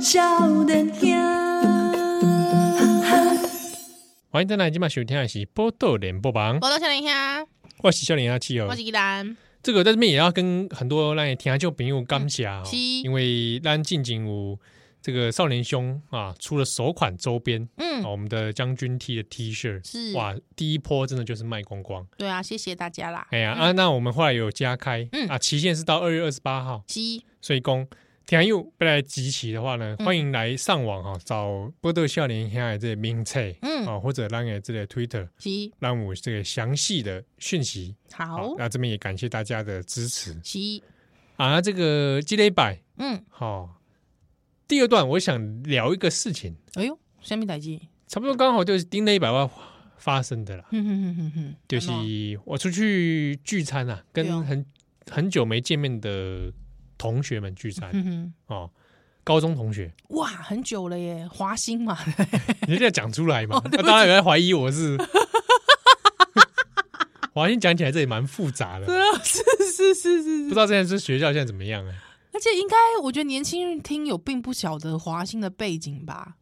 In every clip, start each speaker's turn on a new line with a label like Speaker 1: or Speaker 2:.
Speaker 1: 少年兄。
Speaker 2: 欢迎再来今晚收听的是《波豆联播榜》，
Speaker 3: 我到小林兄，
Speaker 2: 我是笑脸阿七
Speaker 3: 我
Speaker 2: 哦
Speaker 3: 是。依兰，
Speaker 2: 这个在这边也要跟很多咱的听众朋友感谢哦
Speaker 3: 嗯，是
Speaker 2: 因为咱近景有这个少年兄啊出了首款周边，
Speaker 3: 嗯
Speaker 2: 啊，，我们的将军 T 的 T 恤
Speaker 3: 是
Speaker 2: 哇，第一波真的就是卖光光。
Speaker 3: 对啊，谢谢大家啦。
Speaker 2: 哎呀啊，那我们后来有加开，
Speaker 3: 嗯
Speaker 2: 啊，期限是到二月二十八号，
Speaker 3: 七
Speaker 2: 所以公听友要来集齐的话呢，
Speaker 3: 嗯
Speaker 2: 欢迎来上网哈、找波豆少年兄的这个名册，
Speaker 3: 嗯
Speaker 2: 啊，或者让给这个 Twitter。
Speaker 3: 七
Speaker 2: 让我这个详细的讯息。
Speaker 3: 好
Speaker 2: 那这边也感谢大家的支持
Speaker 3: 七，
Speaker 2: 啊。这个积累百，
Speaker 3: 嗯，
Speaker 2: 好、第二段我想聊一个事情，
Speaker 3: 哎呦，虾米代志？
Speaker 2: 差不多刚好就是丁了一百万发生的啦，
Speaker 3: 哼哼哼哼哼，
Speaker 2: 就是
Speaker 3: 怎么
Speaker 2: 我出去聚餐啊，
Speaker 3: 哦对
Speaker 2: 跟
Speaker 3: 哦
Speaker 2: 很很久没见面的同学们聚餐
Speaker 3: 哼哼，
Speaker 2: 哦，高中同学，
Speaker 3: 哇，很久了耶，华兴嘛，
Speaker 2: 你一定要讲出来
Speaker 3: 哦
Speaker 2: 嘛，那、当然有人怀疑我是。 我好像讲起来这也蛮复杂的，
Speaker 3: 啊是是是是
Speaker 2: 不
Speaker 3: 是
Speaker 2: 知，道现在这学校现在怎么样啊？
Speaker 3: 而且应该我觉得年轻听友并不晓得华兴的背景吧？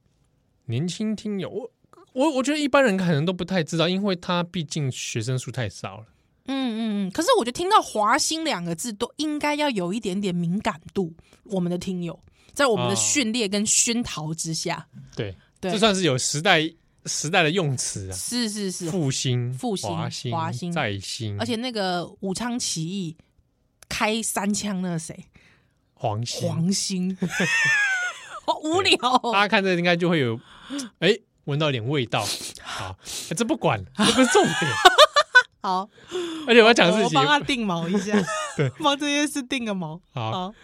Speaker 2: 年轻听友，我我我觉得一般人可能都不太知道，因为他毕竟学生数太少了。
Speaker 3: 嗯嗯嗯，可是我觉得听到“华兴”两个字，都应该要有一点点敏感度。我们的听友，在我们的
Speaker 2: 哦
Speaker 3: 训练跟熏陶之下，
Speaker 2: 对，
Speaker 3: 对
Speaker 2: 这，算是有时代时代的用词啊，
Speaker 3: 是是是，
Speaker 2: 复兴、
Speaker 3: 复兴
Speaker 2: 华兴、
Speaker 3: 华兴
Speaker 2: 再兴，
Speaker 3: 而且那个武昌起义开三枪那个谁，
Speaker 2: 黄兴。
Speaker 3: 黄兴，好无聊哦、
Speaker 2: 大家看这应该就会有， 哎，闻到一点味道。好，哎这不管，这不是重点。
Speaker 3: 好，
Speaker 2: 而且我要讲的
Speaker 3: 我
Speaker 2: 事
Speaker 3: 我
Speaker 2: 情
Speaker 3: 帮，他定毛一下，
Speaker 2: 对，
Speaker 3: 帮这件事定个毛。
Speaker 2: 好，
Speaker 3: 好，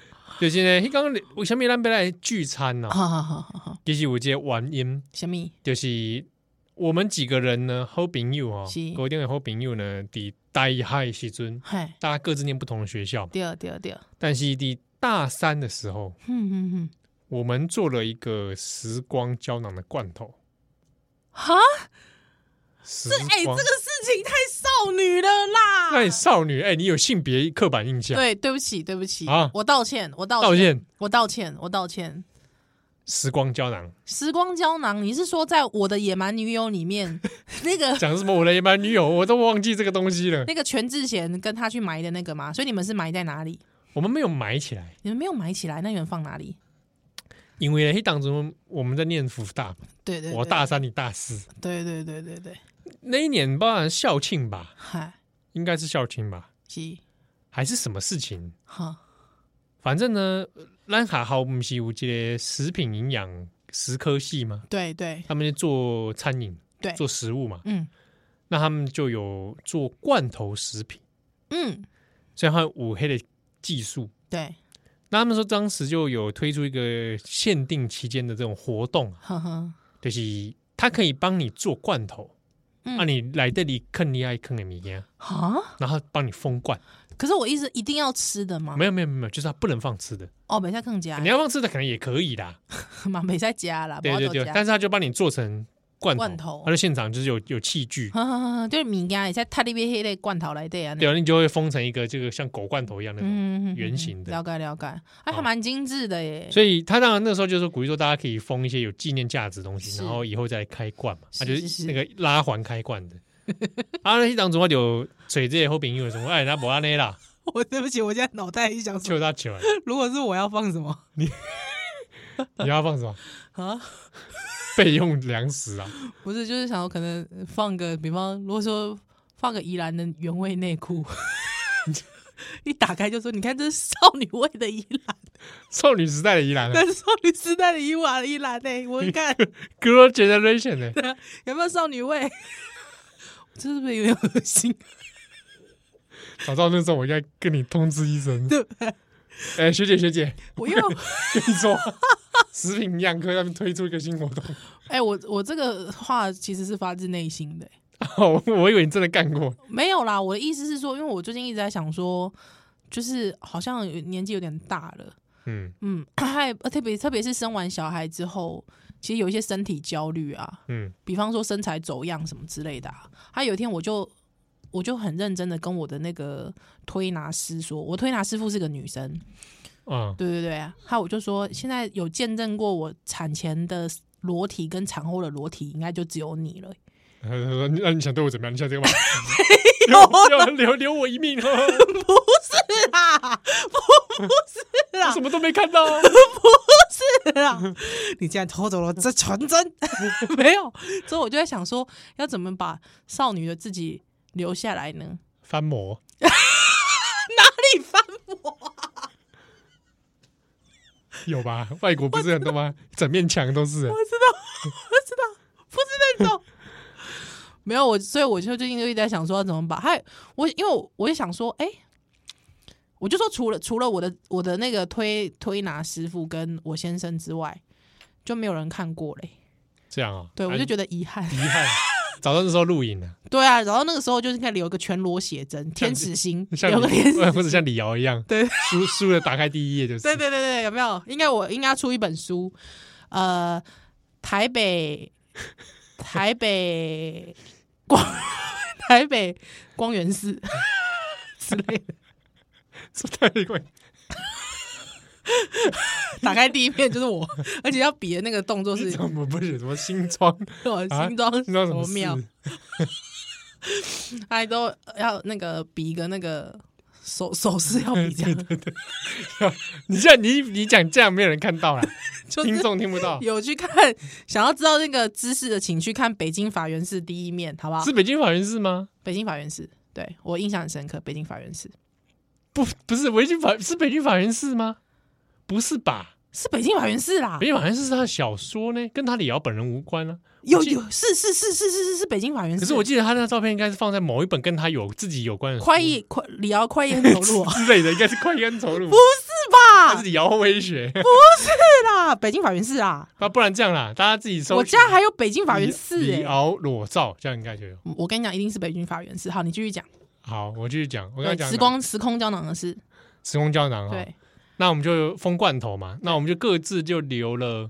Speaker 2: 就是呢，刚刚为什么咱要来聚餐呢、
Speaker 3: 好好好好好，
Speaker 2: 其实有一个原因，
Speaker 3: 小米，
Speaker 2: 就是我们几个人呢，好朋友哦
Speaker 3: 是，
Speaker 2: 高中的好朋友呢，伫大一的时阵，
Speaker 3: 嗨，
Speaker 2: 大家各自念不同的学校，
Speaker 3: 对对对，
Speaker 2: 但是第大三的时候，
Speaker 3: 嗯嗯嗯，
Speaker 2: 我们做了一个时光胶囊的罐头。
Speaker 3: 哈，
Speaker 2: 时
Speaker 3: 哎、这
Speaker 2: 光
Speaker 3: 个，事情太少女了啦。
Speaker 2: 那你少女，哎，你有性别刻板印象？
Speaker 3: 对，对不起，对不起，
Speaker 2: 啊
Speaker 3: 我道歉，我道
Speaker 2: 道
Speaker 3: 歉，
Speaker 2: 歉，
Speaker 3: 我道歉，我道歉。
Speaker 2: 时光胶囊
Speaker 3: 时光胶囊，你是说在我的野蛮女友里 面那个
Speaker 2: 讲什么？我的野蛮女友，我都忘记这个东西了。
Speaker 3: 那个全智贤跟他去埋的那个吗？所以你们是埋在哪里？
Speaker 2: 我们没有埋起来，
Speaker 3: 你们没有埋起来，那你们放哪里？
Speaker 2: 因为一当中我们在念福大，
Speaker 3: 对对
Speaker 2: 我大，三，你大四。
Speaker 3: 对对对对对，
Speaker 2: 那一年，包含校庆吧，
Speaker 3: 嗨，
Speaker 2: 应该是校庆吧，
Speaker 3: 是
Speaker 2: 还是什么事情？
Speaker 3: 哈，
Speaker 2: 反正呢，咱学校不是有一个食品营养食科系吗？
Speaker 3: 对对
Speaker 2: 他们就做餐饮，
Speaker 3: 对
Speaker 2: 做食物嘛。
Speaker 3: 嗯
Speaker 2: 那他们就有做罐头食品，
Speaker 3: 嗯，
Speaker 2: 所以它有五黑的技术。
Speaker 3: 对，
Speaker 2: 那他们说当时就有推出一个限定期间的这种活动，啊
Speaker 3: 呵呵，
Speaker 2: 就是它可以帮你做罐头，
Speaker 3: 嗯
Speaker 2: 啊，你来这里坑你爱坑的米呀，
Speaker 3: 哈，
Speaker 2: 然后帮你封罐。
Speaker 3: 可是我意思一定要吃的吗？
Speaker 2: 没有没有没有，就是它不能放吃的，
Speaker 3: 哦，美在更加
Speaker 2: 你，要放吃的可能也可以啦。
Speaker 3: 嘛美在加啦，
Speaker 2: 对对对，但
Speaker 3: 加，
Speaker 2: 是他就帮你做成罐头，
Speaker 3: 罐头
Speaker 2: 他就现场就是有有器具，
Speaker 3: 呵呵呵，就是米家也在塔里边黑的罐头来的呀，那
Speaker 2: 对啊，你就会封成一个这个像狗罐头一样那种。
Speaker 3: 嗯
Speaker 2: 圆形的
Speaker 3: 了解了解，
Speaker 2: 哦
Speaker 3: 哎，还蛮精致的耶，
Speaker 2: 所以他当然那时候就说鼓励说大家可以封一些有纪念价值的东西，
Speaker 3: 是
Speaker 2: 然后以后再来开罐嘛，他
Speaker 3: 是
Speaker 2: 就是是
Speaker 3: 是
Speaker 2: 那个拉环开罐的。 啊，那当中我就水这些后朋友什么，哎，那不安内 啦，
Speaker 3: 我对不起，我现在脑袋一想说，
Speaker 2: 就他球，
Speaker 3: 如果是我要放什么
Speaker 2: 你要放什么
Speaker 3: 啊？
Speaker 2: 备用粮食啊？
Speaker 3: 不是，就是想要可能放个，比方如果说放个宜兰的原味内裤， 一打开就说，你看这是少女味的宜兰，
Speaker 2: 少女时代的宜 兰啊
Speaker 3: 那是少女时代的宜兰宜兰呢、我看
Speaker 2: ，Girl Generation 呢、
Speaker 3: 有没有少女味？ 这是不是有点恶心？
Speaker 2: 早知道那时候我应该跟你通知一声。
Speaker 3: 对
Speaker 2: 哎、学姐学姐，
Speaker 3: 我因为我
Speaker 2: 跟你说，食品营养科他们推出一个新活动，
Speaker 3: 哎、我我这个话其实是发自内心的、
Speaker 2: 哦，我以为你真的干过，
Speaker 3: 没有啦，我的意思是说，因为我最近一直在想说，就是好像有年纪有点大了，
Speaker 2: 嗯
Speaker 3: 嗯，还特别特别是生完小孩之后，其实有一些身体焦虑啊，
Speaker 2: 嗯
Speaker 3: 比方说身材走样什么之类的、啊。还有一天我就我就很认真的跟我的那个推拿师说，我推拿师傅是个女生，
Speaker 2: 啊，
Speaker 3: 对对对啊，还有我就说，现在有见证过我产前的裸体跟产后的裸体，应该就只有你了。
Speaker 2: 他说那你想对我怎么样？你想这个吗？有要留留我一命 哦，
Speaker 3: 不是啦，不是啊
Speaker 2: 我
Speaker 3: 啦
Speaker 2: 什，么都没看到。
Speaker 3: 不是啦，啊你竟然偷走了这纯真， 没有。所以我就在想说，要怎么把少女的自己留下来呢？
Speaker 2: 翻模，
Speaker 3: 哪里翻我？
Speaker 2: 有吧？外国不是很多吗？整面墙都是。
Speaker 3: 我知道，我知道，不是那种。 没有我，所以我就最近就一直在想说要怎么把还有我，因为我我就想说，哎、我就说除了除了我的我的那个推推拿师傅跟我先生之外，就没有人看过嘞。
Speaker 2: 这样啊，
Speaker 3: 对，我就
Speaker 2: 哎
Speaker 3: 觉得遗憾。
Speaker 2: 遗憾。早上的时候录影呢，
Speaker 3: 对啊，然后那个时候就是应该留个全裸写真，天使心，
Speaker 2: 像
Speaker 3: 留个
Speaker 2: 李
Speaker 3: 天使。
Speaker 2: 或者像李敖一样，
Speaker 3: 对
Speaker 2: 输输了打开第一页就是。
Speaker 3: 对对对对，有没有？应该我应该要出一本书，呃，台北台北光台北光源寺之类的，
Speaker 2: 这太贵。
Speaker 3: 打开第一面就是我，而且要比的那个动作 是
Speaker 2: 怎么不是什么新装？
Speaker 3: 我
Speaker 2: 啊
Speaker 3: 新装
Speaker 2: 新装什
Speaker 3: 么
Speaker 2: 事
Speaker 3: 庙，他都要那个比一个那个手手势要
Speaker 2: 哎
Speaker 3: 比这样，
Speaker 2: 你这样你你讲这样，没有人看 到啦，
Speaker 3: 就
Speaker 2: 听
Speaker 3: 是
Speaker 2: 众听不到。
Speaker 3: 有去看，想要知道那个知识的，请去看北京法源寺第一面，好不好
Speaker 2: 是？北京法院寺吗？
Speaker 3: 北京法源寺，对我印象很深刻，北京法源寺。
Speaker 2: 不，不是北京法是北京法院寺吗？不是吧？
Speaker 3: 是北京法源寺啦
Speaker 2: 北，京法院寺是他的小说呢，跟他李敖本人无关啊。
Speaker 3: 有
Speaker 2: 我记
Speaker 3: 有是是是是是是是北京法源寺。
Speaker 2: 可是我记得他那照片应该是放在某一本跟他有自己有关的书
Speaker 3: 快意快李敖快意恩仇录啊
Speaker 2: 之类的，应该是快烟投入，
Speaker 3: 不啊是
Speaker 2: 他
Speaker 3: 吧？
Speaker 2: 是
Speaker 3: 是
Speaker 2: 李敖威 学。
Speaker 3: 啦，北京法源寺啦，
Speaker 2: 那不然这样啦，大家自己搜寻。
Speaker 3: 我家还有北京法源寺
Speaker 2: 李
Speaker 3: 哎、
Speaker 2: 敖裸照，这样应该就有。
Speaker 3: 我跟你讲，一定是北京法源寺。好，你继续讲。
Speaker 2: 好，我继续讲。我刚刚，
Speaker 3: 对
Speaker 2: 讲啊
Speaker 3: 时光时空胶囊的事，
Speaker 2: 时空胶囊哈，
Speaker 3: 对
Speaker 2: 那我们就封罐头嘛，那我们就各自就留了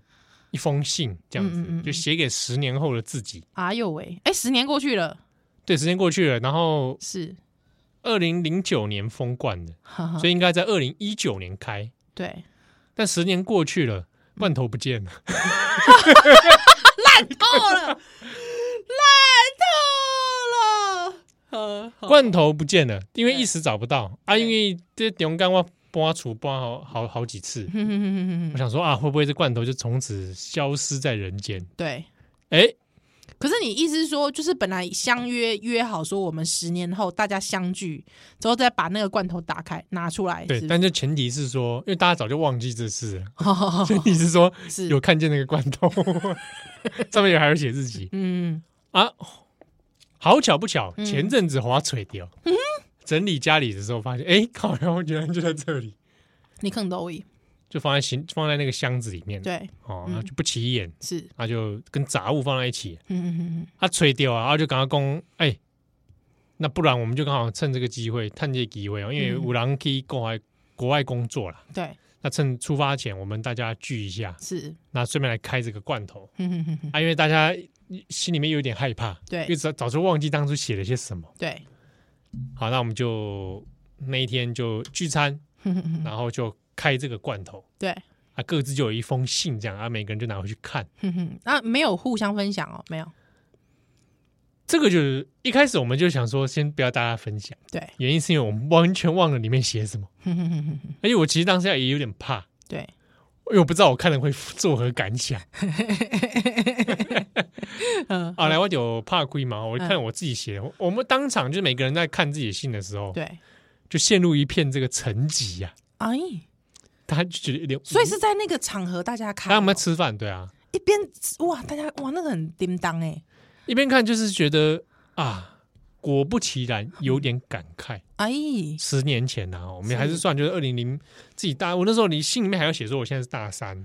Speaker 2: 一封信，这样
Speaker 3: 嗯嗯嗯
Speaker 2: 子
Speaker 3: 嗯
Speaker 2: 就写给十年后的自己。
Speaker 3: 哎呦喂，哎、十年过去了，
Speaker 2: 对，时间过去了，然后
Speaker 3: 是，
Speaker 2: 二零零九年封罐的，
Speaker 3: 哈哈
Speaker 2: 所，以应该在二零一九年开。
Speaker 3: 对，
Speaker 2: 但十年过去了，罐头不见了，
Speaker 3: 够了，烂透了。 呃，好
Speaker 2: 罐头不见了，因为
Speaker 3: 对
Speaker 2: 一时找不到啊，因为这勇敢我搬出搬好好好几次，
Speaker 3: 哼哼哼哼
Speaker 2: 我
Speaker 3: 哼
Speaker 2: 想说啊，会不会这罐头就从此消失在人间？
Speaker 3: 对，
Speaker 2: 哎，
Speaker 3: 可是你意思是说，就是本来相约约好说我们十年后大家相聚之后，再把那个罐头打开拿出来，
Speaker 2: 对
Speaker 3: 是，不是
Speaker 2: 但这前提是说，因为大家早就忘记这事了，
Speaker 3: 哦
Speaker 2: 前提是说
Speaker 3: 是
Speaker 2: 有看见那个罐头， 上面有还有写日期
Speaker 3: 嗯，
Speaker 2: 啊。好巧不巧，
Speaker 3: 嗯
Speaker 2: 前阵子滑垂掉，整理家里的时候发现，哎，靠，然后居然就在这里，
Speaker 3: 你更都一
Speaker 2: 就放在行放在那个箱子里面，
Speaker 3: 对
Speaker 2: 哦，
Speaker 3: 嗯
Speaker 2: 然后就不起眼，
Speaker 3: 是，
Speaker 2: 那就跟杂物放在一起，
Speaker 3: 嗯嗯嗯
Speaker 2: 他垂掉啊，然后就跟他讲，哎，那不然我们就刚好趁这个机会，趁这个机会哦，因为
Speaker 3: 嗯
Speaker 2: 五郎去国外国外工作啦，
Speaker 3: 嗯，对
Speaker 2: 那趁出发前我们大家聚一下，
Speaker 3: 是，
Speaker 2: 那顺便来开这个罐头
Speaker 3: 嗯嗯嗯嗯，
Speaker 2: 啊，因为大家心里面有点害怕，因为
Speaker 3: 对
Speaker 2: 早早就忘记当初写了些什么。
Speaker 3: 对，
Speaker 2: 好，那我们就那一天就聚餐，
Speaker 3: 嗯嗯嗯嗯
Speaker 2: 然后就开这个罐头
Speaker 3: 对，
Speaker 2: 啊，各自就有一封信这样啊，每个人就拿回去看。
Speaker 3: 嗯嗯，那没有互相分享哦，没有，
Speaker 2: 这个就是一开始我们就想说，先不要大家分享，
Speaker 3: 对，
Speaker 2: 原因是因为我们完全忘了里面写什么，
Speaker 3: 嗯嗯嗯嗯嗯
Speaker 2: 而且我其实当下也有点怕，
Speaker 3: 对，
Speaker 2: 因为我不知道我看了会 作何感想。
Speaker 3: 嗯，
Speaker 2: 啊，来，我有怕亏嘛，我看我自己写的，我们当场就是每个人在看自己的信的时候，
Speaker 3: 对，
Speaker 2: 就陷入一片这个沉寂呀、
Speaker 3: 哎，
Speaker 2: 大家就觉得有点无，
Speaker 3: 所以是在那个场合大家
Speaker 2: 大
Speaker 3: 看
Speaker 2: 家
Speaker 3: 哦，
Speaker 2: 有没有吃饭？对啊，
Speaker 3: 一边哇，大家哇，那个很叮当哎，
Speaker 2: 一边看就是觉得啊，果不其然，有点感慨。
Speaker 3: 哎，
Speaker 2: 十年前呐、啊，我们
Speaker 3: 是
Speaker 2: 还是算就是二零零自己大，我那时候你信里面还要写说我现在是大三，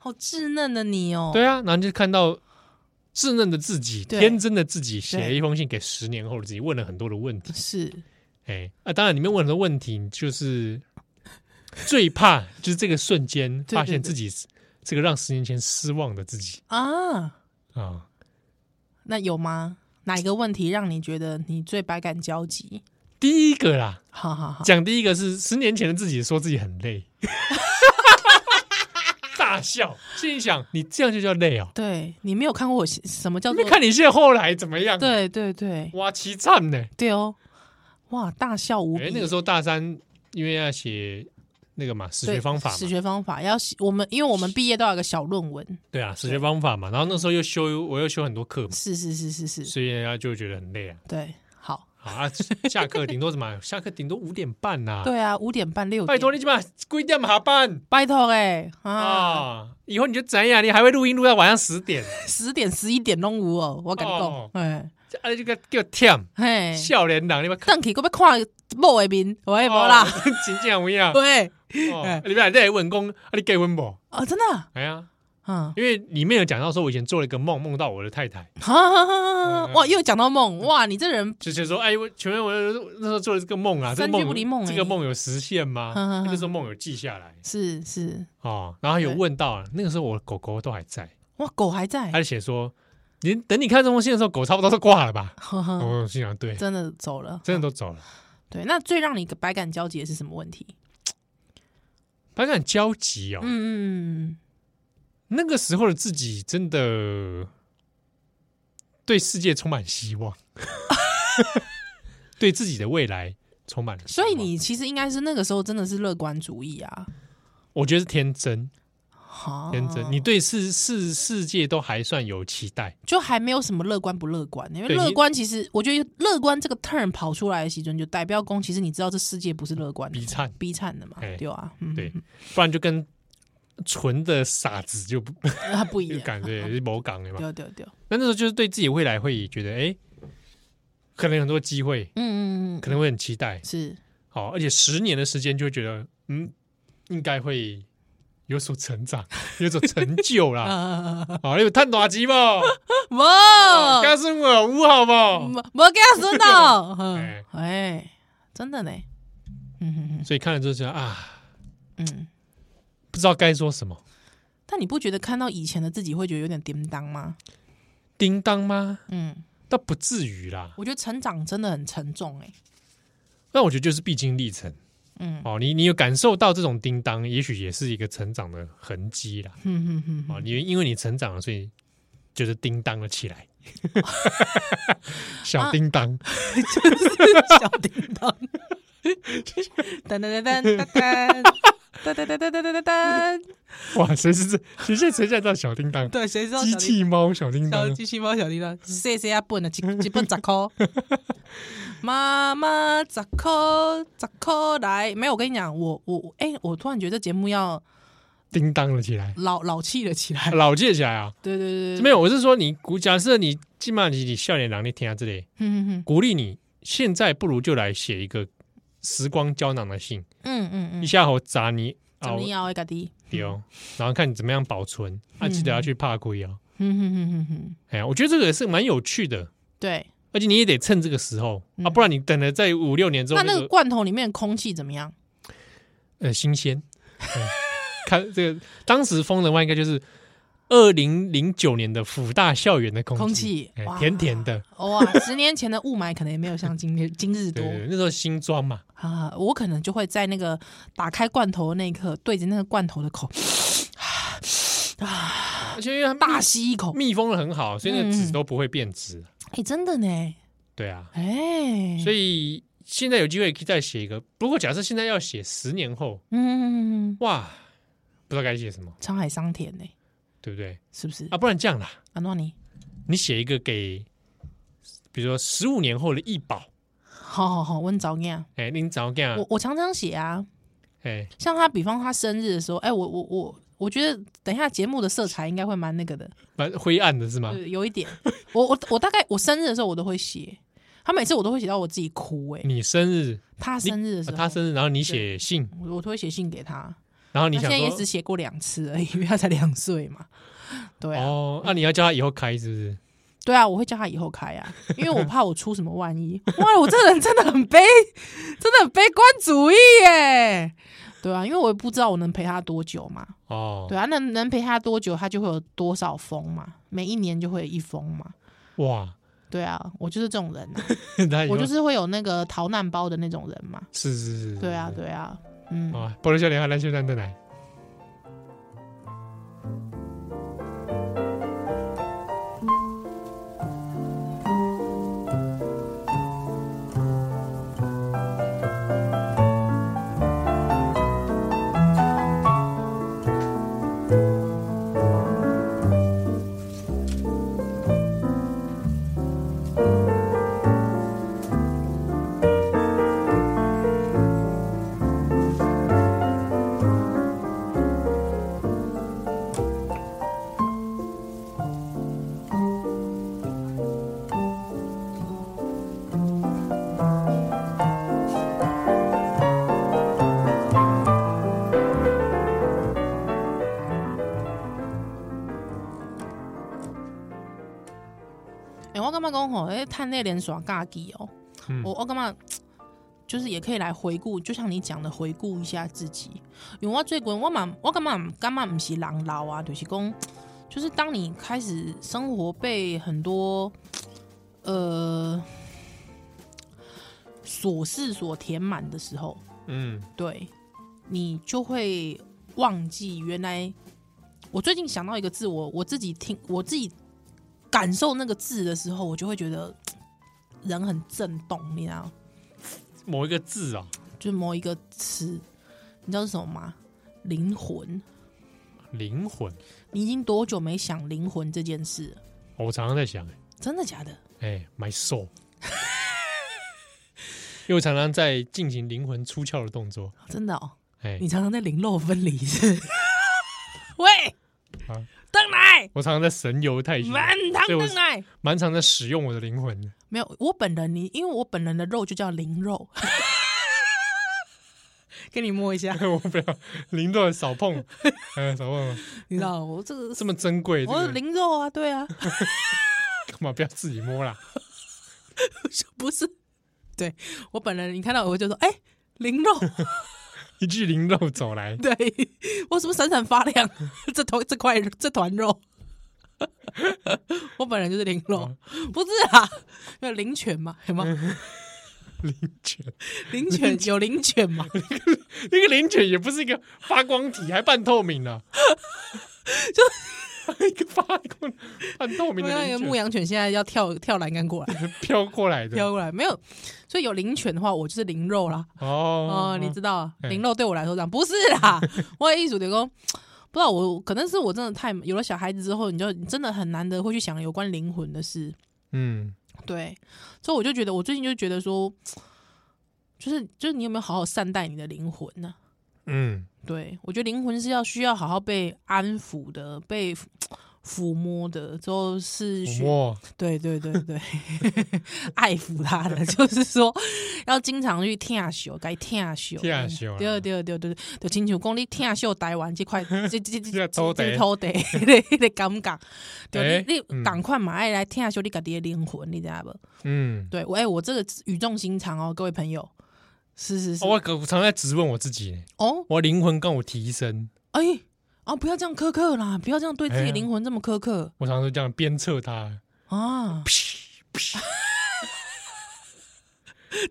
Speaker 3: 好稚嫩的你哦，
Speaker 2: 对啊，然后就看到稚嫩的自己、
Speaker 3: 对
Speaker 2: 天真的自己写了
Speaker 3: 对
Speaker 2: 一封信给十年后的自己，问了很多的问题。
Speaker 3: 是。
Speaker 2: 哎，啊，当然里面问很多问题，你就是最怕就是这个瞬间
Speaker 3: 对
Speaker 2: 发现
Speaker 3: 对对
Speaker 2: 自己是这个让十年前失望的自己
Speaker 3: 啊，
Speaker 2: 啊。
Speaker 3: 那有吗？哪一个问题让你觉得你最百感交集？
Speaker 2: 第一个啦，
Speaker 3: 好好好，
Speaker 2: 讲第一个是十年前的自己说自己很 累，大笑，心里想你这样就叫累哦。
Speaker 3: 对你没有看过我现什么叫
Speaker 2: 没
Speaker 3: 做
Speaker 2: 看你现在后来怎么样？，
Speaker 3: 对对对
Speaker 2: 哇，凄惨呢。
Speaker 3: 对哦，哇，大笑无
Speaker 2: 哎、
Speaker 3: 比。
Speaker 2: 那个时候大三，因为要写那个嘛，史
Speaker 3: 对
Speaker 2: 学方法嘛，
Speaker 3: 史学方法要写我们，因为我们毕业都要有个小论文，
Speaker 2: 对啊，史学方法嘛。然后那时候又修，我又修很多课嘛，
Speaker 3: 是是是是是，
Speaker 2: 所以啊就觉得很累啊。
Speaker 3: 对，好，
Speaker 2: 好啊， 下课顶多什么？下课顶多五点半呐、
Speaker 3: 对啊，五点半六点，
Speaker 2: 拜托你起码几点下班
Speaker 3: 拜托哎、啊，
Speaker 2: 啊？以后你就怎样？你还会录音录到晚上十点，
Speaker 3: 十点十一点拢有哦，我敢
Speaker 2: 哦
Speaker 3: 讲，哎
Speaker 2: 啊，这个叫忝，
Speaker 3: 嘿，
Speaker 2: 笑脸人，你们看
Speaker 3: 邓启，我要看某的面，我哎也无啦，
Speaker 2: 哦， 真正有影。 哦
Speaker 3: 喂，哎
Speaker 2: 你们在问公，啊，你结婚不？
Speaker 3: 哦，真的啊，
Speaker 2: 哎呀，
Speaker 3: 嗯，
Speaker 2: 因为里面有讲到说，我以前做了一个梦，梦到我的太太，
Speaker 3: 哈哈哈哈
Speaker 2: 嗯
Speaker 3: 哈，哇，又讲到梦，哇，你这人
Speaker 2: 就是说，哎，我前面我那时候做了这个梦啊，这个
Speaker 3: 三句
Speaker 2: 梦
Speaker 3: 不离梦
Speaker 2: 这
Speaker 3: 哎
Speaker 2: 个梦有实现吗？
Speaker 3: 嗯嗯嗯
Speaker 2: 那个时候梦有记下来
Speaker 3: 是是，
Speaker 2: 哦，然后有
Speaker 3: 对
Speaker 2: 问到啊，那个时候我的狗狗都还在，
Speaker 3: 哇，狗还在，
Speaker 2: 他就写说，你等你看这封信的时候，狗差不多都挂了吧？
Speaker 3: 呵呵，
Speaker 2: 我心想，对，
Speaker 3: 真的走了，
Speaker 2: 哦
Speaker 3: 哦
Speaker 2: 真的都走了，
Speaker 3: 对，那最让你百感交集的是什么问题？
Speaker 2: 他很焦急哦。
Speaker 3: 嗯嗯
Speaker 2: 那个时候的自己真的对世界充满希望， 对自己的未来充满了希
Speaker 3: 所
Speaker 2: 望。
Speaker 3: 以你其实应该是那个时候真的是乐观主义啊，
Speaker 2: 我觉得是天真，
Speaker 3: 哈
Speaker 2: 天真，你对世世世界都还算有期待。
Speaker 3: 就还没有什么乐观不乐观，因为
Speaker 2: 对你
Speaker 3: 乐观其实我觉得乐观这个 turn 跑出来的时阵，就代表公其实你知道这世界不是乐观的
Speaker 2: 比惨
Speaker 3: 逼惨的嘛
Speaker 2: 哎，
Speaker 3: 对啊，嗯
Speaker 2: 对，不然就跟纯的傻子就不
Speaker 3: 它不一
Speaker 2: 就
Speaker 3: 样，
Speaker 2: 感觉是某港的嘛。
Speaker 3: 对对对，
Speaker 2: 那那时候就是对自己未来会觉得，哎、可能有很多机会，
Speaker 3: 嗯嗯嗯
Speaker 2: 可
Speaker 3: 嗯，
Speaker 2: 能会很期待。
Speaker 3: 是
Speaker 2: 好，而且十年的时间就会觉得，嗯，应该会有所成长，有所成就啦。
Speaker 3: 啊，哦
Speaker 2: 好，有探大机不？ 啊
Speaker 3: 哇，
Speaker 2: 告诉我五好 不？
Speaker 3: 没没给他 孙到，
Speaker 2: 哎
Speaker 3: 嗯哎，真的呢，嗯嗯
Speaker 2: 所以看了之后觉得啊，
Speaker 3: 嗯嗯。
Speaker 2: 不知道该说什么，
Speaker 3: 但你不觉得看到以前的自己会觉得有点叮当吗？
Speaker 2: 叮当吗？
Speaker 3: 嗯，
Speaker 2: 倒不至于啦。
Speaker 3: 我觉得成长真的很沉重哎、
Speaker 2: 但我觉得就是必经历程。
Speaker 3: 嗯
Speaker 2: 哦，你你有感受到这种叮当，也许也是一个成长的痕迹啦。
Speaker 3: 哼哼哼 哼，
Speaker 2: 哦，你因为你成长了，所以觉得叮当了起来，
Speaker 3: 啊
Speaker 2: 小叮当。
Speaker 3: 小叮当， 噔噔噔噔噔噔噔噔噔噔噔噔噔，
Speaker 2: 哇，谁是这？谁现在谁在叫小叮当？
Speaker 3: 对，谁知道
Speaker 2: 机啊
Speaker 3: 小叮
Speaker 2: 器猫小叮
Speaker 3: 小
Speaker 2: 当，
Speaker 3: 机器猫小叮当，
Speaker 2: 嗯
Speaker 3: 谢谢啊笨啊，一一本 十块，妈妈十块十块来，没有我跟你讲，我我我哎、我突然觉得这节目要
Speaker 2: 叮当了起来，
Speaker 3: 老老气了起来，
Speaker 2: 老借起来啊！
Speaker 3: 对对对对，
Speaker 2: 没有，我是说你鼓，假设你起码你你笑脸郎你听下这里，
Speaker 3: 嗯嗯
Speaker 2: 鼓励你现在不如就来写一个时光胶囊的信，
Speaker 3: 嗯嗯
Speaker 2: 一
Speaker 3: 嗯，
Speaker 2: 下好砸你
Speaker 3: 怎么样？嗯家己，
Speaker 2: 丢，然后看你怎么样保存，啊，记得要去怕龟哦。
Speaker 3: 嗯哼哼哼哼，
Speaker 2: 哎呀，我觉得这个也是蛮有趣的，
Speaker 3: 对。
Speaker 2: 而且你也得趁这个时候啊，不然你等了在五六年之后，
Speaker 3: 嗯那那个罐头里面的空气怎么样？
Speaker 2: 呃新鲜。嗯看这个，当时风的话应该就是二零零九年的辅大校园的空
Speaker 3: 空
Speaker 2: 气，
Speaker 3: 气
Speaker 2: 哎
Speaker 3: 哇
Speaker 2: 甜甜的。
Speaker 3: 哇， 十年前的雾霾可能也没有像今天今日多
Speaker 2: 对对，对那时候新装嘛，
Speaker 3: 啊。我可能就会在那个打开罐头的那一刻，对着那个罐头的口
Speaker 2: 而且因为它
Speaker 3: 大吸一口。
Speaker 2: 密封的很好，所以那个
Speaker 3: 嗯
Speaker 2: 纸
Speaker 3: 嗯
Speaker 2: 都不会变质。
Speaker 3: 哎，真的呢，
Speaker 2: 对啊，
Speaker 3: 哎，
Speaker 2: 所
Speaker 3: 以
Speaker 2: 以现在有机会可以再写一个。不过假设现在要写十年后，
Speaker 3: 嗯，
Speaker 2: 哇，不知道该写什么，
Speaker 3: 沧海桑田呢，
Speaker 2: 对不对？
Speaker 3: 是不是
Speaker 2: 啊，？不然这样啦，
Speaker 3: 阿诺尼，
Speaker 2: 你写一个给，比如说十五年后的易宝，
Speaker 3: 好好好，问早念。啊
Speaker 2: 哎，你怎么样
Speaker 3: 我？我常常写啊，
Speaker 2: 哎，
Speaker 3: 像他，比方他生日的时候，哎，我我我。我觉得等一下节目的色彩应该会蛮那个的，
Speaker 2: 蛮灰暗的是吗？
Speaker 3: 对，有一点。我我我大概我生日的时候我都会写，他每次我都会写到我自己哭、哎，
Speaker 2: 你生日，
Speaker 3: 他生日的时
Speaker 2: 啊
Speaker 3: 候，
Speaker 2: 他生日，然后你写
Speaker 3: 对
Speaker 2: 信，
Speaker 3: 我我都会写信给他。
Speaker 2: 然后你
Speaker 3: 他现
Speaker 2: 想
Speaker 3: 在也
Speaker 2: 说
Speaker 3: 只，写过两次而已，因为他才两岁嘛。对啊，
Speaker 2: 哦，那你要叫他以后开是不是？
Speaker 3: 对啊，我会叫他以后开啊，因为我怕我出什么万一。哇，我这人真的很悲，真的很悲观主义耶。对啊，因为我也不知道我能陪他多久嘛。
Speaker 2: 哦
Speaker 3: 对，啊，能能陪他多久，他就会有多少封嘛，每一年就会有一封嘛。
Speaker 2: 哇，
Speaker 3: 对啊，我就是这种人啊、
Speaker 2: 他以后
Speaker 3: 我就是会有那个逃难包的那种人嘛。
Speaker 2: 是是是，是
Speaker 3: 对啊，。对啊，嗯。
Speaker 2: 啊，波多笑脸和蓝秀蛋蛋奶。
Speaker 3: 欸，我感觉讲吼，哎，探内连耍尬机哦，
Speaker 2: 嗯
Speaker 3: 我我感觉就是也可以来回顾，就像你讲的，回顾一下自己。因为我最近我嘛，我感觉感觉不是人老啊，就是讲，就是当你开始生活被很多呃琐事所填满的时候，
Speaker 2: 嗯，
Speaker 3: 对你就会忘记原来。我最近想到一个字，我我自己听，我自己感受那个字的时候，我就会觉得人很震动，你知道吗，
Speaker 2: 某一个字啊，
Speaker 3: 就是某一个词，你知道是什么吗？灵魂。
Speaker 2: 灵魂，
Speaker 3: 你已经多久没想灵魂这件事了？
Speaker 2: 我常常在想，哎
Speaker 3: 真的假的？
Speaker 2: 哎，my soul，因为我常常在进行灵魂出窍的动作，
Speaker 3: 真的哦，
Speaker 2: 哎
Speaker 3: 你，常常在灵肉分离是不是？ 喂，
Speaker 2: 啊
Speaker 3: 邓奶，
Speaker 2: 我常常在神游太虚，
Speaker 3: 满堂啊
Speaker 2: 所以我
Speaker 3: 邓奶。
Speaker 2: 蛮常在使用我的灵魂的。
Speaker 3: 没有，我本人你，因为我本人的肉就叫灵肉， 给你摸一 下，
Speaker 2: 我不要灵肉少碰， 嗯，少碰，
Speaker 3: 你知道我这个
Speaker 2: 这么珍贵，这
Speaker 3: 我
Speaker 2: 个
Speaker 3: 是灵肉啊，对啊，
Speaker 2: 干嘛不要自己摸啦？
Speaker 3: 不是，对我本人你看到我就说，哎、灵肉，
Speaker 2: 一具灵肉走来，
Speaker 3: 对我是不是闪闪发亮？ 这头这块这团肉， 我本人就是灵
Speaker 2: 哦
Speaker 3: 肉，不是啊，没有灵犬嘛， 有吗？
Speaker 2: 灵犬，
Speaker 3: 灵犬有灵 犬嘛？
Speaker 2: 那个灵犬也不是一个发光体，还半透明呢，就一个发光半透明
Speaker 3: 因为
Speaker 2: 的
Speaker 3: 那个
Speaker 2: 灵
Speaker 3: 牧
Speaker 2: 犬
Speaker 3: 羊犬现在要跳跳栏杆过来，
Speaker 2: 飘过来的
Speaker 3: 飘过来，没有，所以有灵犬的话，我就是灵肉啦。
Speaker 2: 哦
Speaker 3: 哦，你知道
Speaker 2: 嗯
Speaker 3: 零肉对我来说这样不是啦，我的意思就是说，不知道我可能是我真的太有了小孩子之后，你就你真的很难得会去想有关灵魂的事，
Speaker 2: 嗯
Speaker 3: 对，所以我就觉得我最近就觉得说，就是就是你有没有好好善待你的灵魂呢、
Speaker 2: 嗯
Speaker 3: 对我觉得灵魂是要需要好好被安抚的，被抚摸的，之后是需
Speaker 2: 抚摸
Speaker 3: 对对对对， 爱抚他的就是说，要经常去听秀，该听秀，
Speaker 2: 疼惜啦
Speaker 3: 对对对对对，就亲像讲你听秀台湾这块，这这这
Speaker 2: 这
Speaker 3: 这
Speaker 2: 土地
Speaker 3: 这土地， 你你感觉，对
Speaker 2: 欸
Speaker 3: 你你
Speaker 2: 嗯
Speaker 3: 赶快嘛爱来听秀你家己的灵魂，你知道不？
Speaker 2: 嗯，
Speaker 3: 对我哎，我这个语重心长哦，各位朋友，是是是，
Speaker 2: 我可常在质问我自己，
Speaker 3: 哦
Speaker 2: 我灵魂跟我提升，
Speaker 3: 哎啊，不要这样苛刻啦，不要这样对自己
Speaker 2: 哎
Speaker 3: 的
Speaker 2: 呀
Speaker 3: 灵魂这么苛刻
Speaker 2: 我常常都这样鞭策他，
Speaker 3: 啊，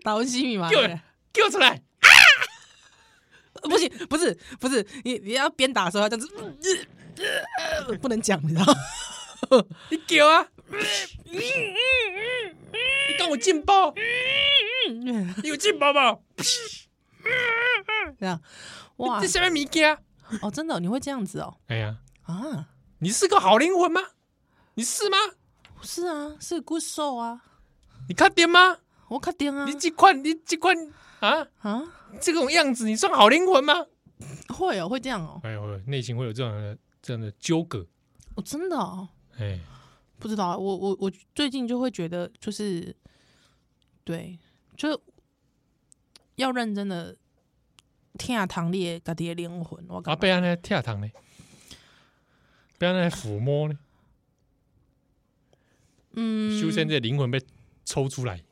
Speaker 3: 打文西密码。
Speaker 2: 又
Speaker 3: 对
Speaker 2: 给我出来，
Speaker 3: 不行，不是，不是，你你要边打的时候要这样子，呃呃呃不能讲，你知道吗？
Speaker 2: 你给我啊，你跟我劲爆，你有劲爆不？
Speaker 3: 这样，哇
Speaker 2: 这，下面米家，
Speaker 3: 哦，真的哦、你会这样子哦，
Speaker 2: 哎呀，
Speaker 3: 啊，
Speaker 2: 你是个好灵魂吗？你是吗？
Speaker 3: 是啊，是 good soul 啊，
Speaker 2: 你看点吗？
Speaker 3: 我肯定啊
Speaker 2: 你，这款你这款啊，
Speaker 3: 啊，
Speaker 2: 这种样子，你算好灵魂吗？
Speaker 3: 会哦，会这样哦，
Speaker 2: 哎呦，内心会有这样的这样的纠葛，
Speaker 3: 我、真的哦，
Speaker 2: 哎，
Speaker 3: 不知道啊，我我我最近就会觉得，就是，对，就要认真的听下堂列家己的灵魂，我
Speaker 2: 啊，
Speaker 3: 感觉
Speaker 2: 被安那跳堂呢，被安那抚摸呢，
Speaker 3: 嗯，
Speaker 2: 修身这灵魂被抽出来，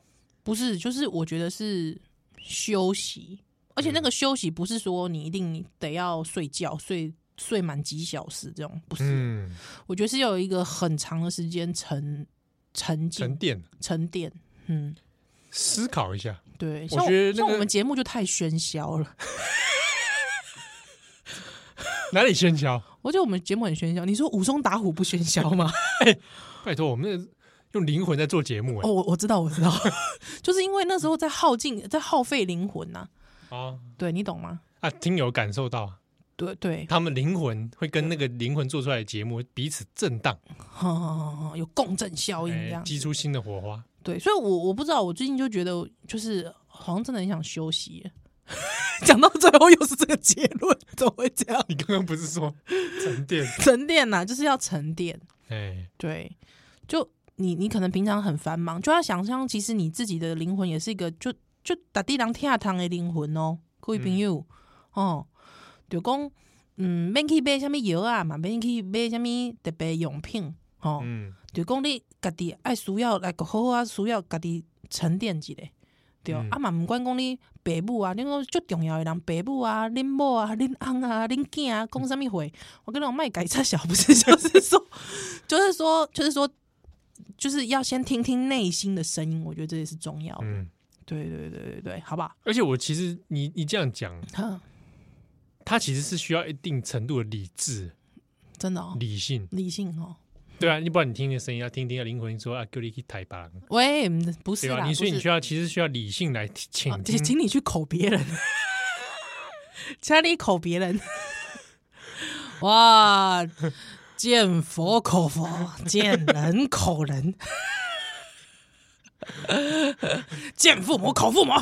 Speaker 3: 不是，就是我觉得是休息，而
Speaker 2: 嗯
Speaker 3: 且那个休息不是说你一定得要睡觉，睡睡满几小时这种，不是。
Speaker 2: 嗯
Speaker 3: 我觉得是要有一个很长的时间沉沉
Speaker 2: 沉
Speaker 3: 浸
Speaker 2: 淀，
Speaker 3: 沉淀。嗯，
Speaker 2: 思考一下。
Speaker 3: 对，像
Speaker 2: 觉得那
Speaker 3: 像
Speaker 2: 个
Speaker 3: 我们节目就太喧嚣了，
Speaker 2: 哪里喧嚣？
Speaker 3: 我觉得我们节目很喧嚣。你说武松打虎不喧嚣吗？
Speaker 2: 拜托，我们那用灵魂在做节目哎、
Speaker 3: 哦，我我知道，我知道， 就是因为那时候在耗尽，在耗费灵魂呐、
Speaker 2: 哦
Speaker 3: 对你懂吗？
Speaker 2: 啊，听友感受到
Speaker 3: 对对，
Speaker 2: 他们灵魂会跟那个灵魂做出来的节目彼此震荡，
Speaker 3: 哼哼哼哼有共振效应这
Speaker 2: 哎
Speaker 3: 样。
Speaker 2: 激出新的火花。
Speaker 3: 对，所以我我不知道，我最近就觉得，就是好像真的很想休息耶。 讲到最后又是这个结论，怎么会这样？
Speaker 2: 你刚刚不是说 沉淀？
Speaker 3: 沉淀呐、就是要沉淀。
Speaker 2: 哎，
Speaker 3: 对，就你你可能平常很繁忙，就要想象，其实你自己的灵魂也是一个就就打地当天下堂的灵魂哦，各位朋友、哦，就讲嗯，免去买什么药啊嘛，免去买什么特别用品哦，
Speaker 2: 嗯，
Speaker 3: 就讲你家己爱需要来好好啊，需要家己沉淀一下。对，
Speaker 2: 嗯
Speaker 3: 啊嘛，毋管讲你爸母啊，你讲最重要的人，爸母啊，恁某啊，恁翁啊，恁囝啊，讲啥物话，我跟你讲，卖改差小，不是，就是说， 就是说，就是说，就是要先听听内心的声音，我觉得这也是重要的。
Speaker 2: 嗯，
Speaker 3: 对对对对对，好吧，
Speaker 2: 而且我其实你你这样讲，
Speaker 3: 哼，
Speaker 2: 它其实是需要一定程度的理智、
Speaker 3: 真的哦，
Speaker 2: 理性，
Speaker 3: 理性哦，对
Speaker 2: 对啊，你不然你听听声音，要听听灵魂说啊，叫你去台吧，
Speaker 3: 喂，嗯不是
Speaker 2: 对
Speaker 3: 啦，
Speaker 2: 吧？
Speaker 3: 不
Speaker 2: 你所以你
Speaker 3: 是
Speaker 2: 需要其实需要理性来请
Speaker 3: 啊请
Speaker 2: 听，
Speaker 3: 请你去口别 人，家里口别人， 哇，见佛口佛，见人口 人，见父母口父母，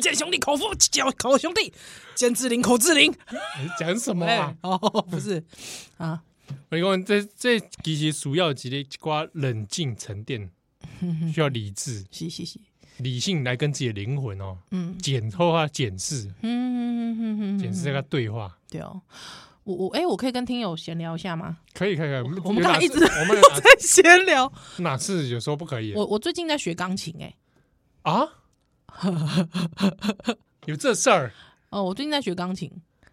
Speaker 3: 见兄弟口父口口兄弟，见志玲口志玲，
Speaker 2: 你 讲什么
Speaker 3: 哎
Speaker 2: 啊？
Speaker 3: 哦，不是啊，
Speaker 2: 我讲这这其实主要几个一寡冷静沉 淀，需要理智、
Speaker 3: 是是是，
Speaker 2: 理性来跟自己的灵魂哦，
Speaker 3: 嗯
Speaker 2: 检后啊检视，
Speaker 3: 嗯嗯嗯
Speaker 2: 检视这个对话。
Speaker 3: 对哦，我我哎、我可以跟听友闲聊一下 吗？
Speaker 2: 可以，可以，可以。
Speaker 3: 我们
Speaker 2: 有哪
Speaker 3: 刚才一直
Speaker 2: 次我们有哪
Speaker 3: 闲聊，
Speaker 2: 哪次有时候不可以
Speaker 3: 我我最近在学钢琴哎、
Speaker 2: 啊？ 有这事儿
Speaker 3: 哦，我最近在学钢琴，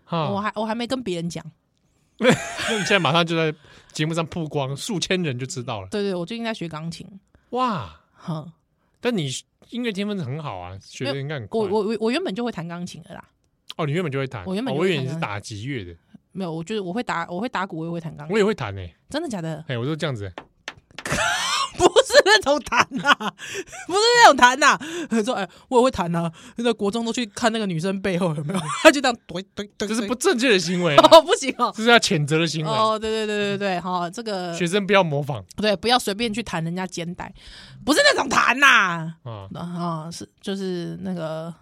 Speaker 3: 我
Speaker 2: 哈？
Speaker 3: 还我还没跟别人讲。
Speaker 2: 那你现在马上就在节目上曝光，数千人就知道了。
Speaker 3: 对对，我最近在学钢琴。
Speaker 2: 哇！
Speaker 3: 哼，
Speaker 2: 但你音乐天分很好啊，学的应该很快
Speaker 3: 我。我我我原本就会弹钢琴的啦，
Speaker 2: 哦，你原本就会弹，
Speaker 3: 我原本
Speaker 2: 哦
Speaker 3: 就
Speaker 2: 我
Speaker 3: 会
Speaker 2: 以为你
Speaker 3: 弹
Speaker 2: 是
Speaker 3: 啊
Speaker 2: 打击乐的，
Speaker 3: 没有，我就是我会打我会打鼓，我也会弹钢琴
Speaker 2: 我，也会弹诶。
Speaker 3: 真的假的？
Speaker 2: 哎，我都这样子欸，
Speaker 3: 不是那种弹呐、不是那种弹呐、说哎，我也会弹呐、那国中都去看那个女生背后有 没有，他就这样怼怼怼，
Speaker 2: 这是不
Speaker 3: 怼
Speaker 2: 正确的行为啊。
Speaker 3: 哦不行哦。
Speaker 2: 这是要谴责的行为。啊
Speaker 3: 哦，对对对对对，好，这个
Speaker 2: 学生不要模仿
Speaker 3: 对，不要随便去弹人家肩带，不是那种弹呐、
Speaker 2: 啊！
Speaker 3: 啊，啊是就是那个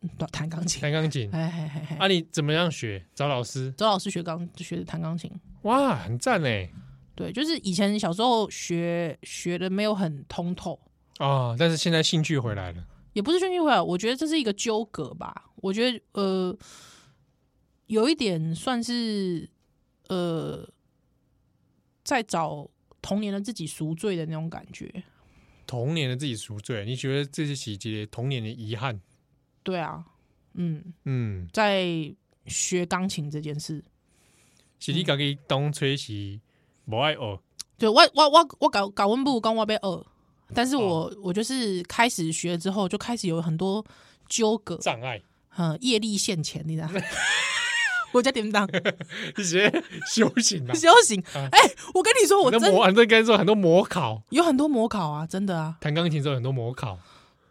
Speaker 3: 嗯弹钢琴，
Speaker 2: 弹钢琴
Speaker 3: 哎哎哎哎，
Speaker 2: 啊，你怎么样学？找老师
Speaker 3: 周老师学钢学弹钢琴，
Speaker 2: 哇，很赞哎
Speaker 3: 对，就是以前小时候学学的没有很通透，
Speaker 2: 啊！但是现在兴趣回来了，
Speaker 3: 也不是兴趣会，啊我觉得这是一个纠葛吧。我觉得呃，有一点算是呃，在找童年的自己赎罪的那种感觉。
Speaker 2: 童年的自己赎罪。你觉得这些洗劫童年的遗憾？
Speaker 3: 对啊，嗯，
Speaker 2: 嗯，
Speaker 3: 在学钢琴这件事，
Speaker 2: 是你家己当吹是不爱学
Speaker 3: 对我我我我搞搞温布，刚我被饿，但是我、我就是开始学之后，就开始有很多纠葛，
Speaker 2: 障碍，
Speaker 3: 嗯，业力现前，你知道吗？ 我在典当
Speaker 2: 一些修行啊。
Speaker 3: 修行，哎、我跟你说， 我
Speaker 2: 那
Speaker 3: 真
Speaker 2: 模很多跟说很多模考，
Speaker 3: 有很多模考啊，真的啊。
Speaker 2: 弹钢琴之后很多模考，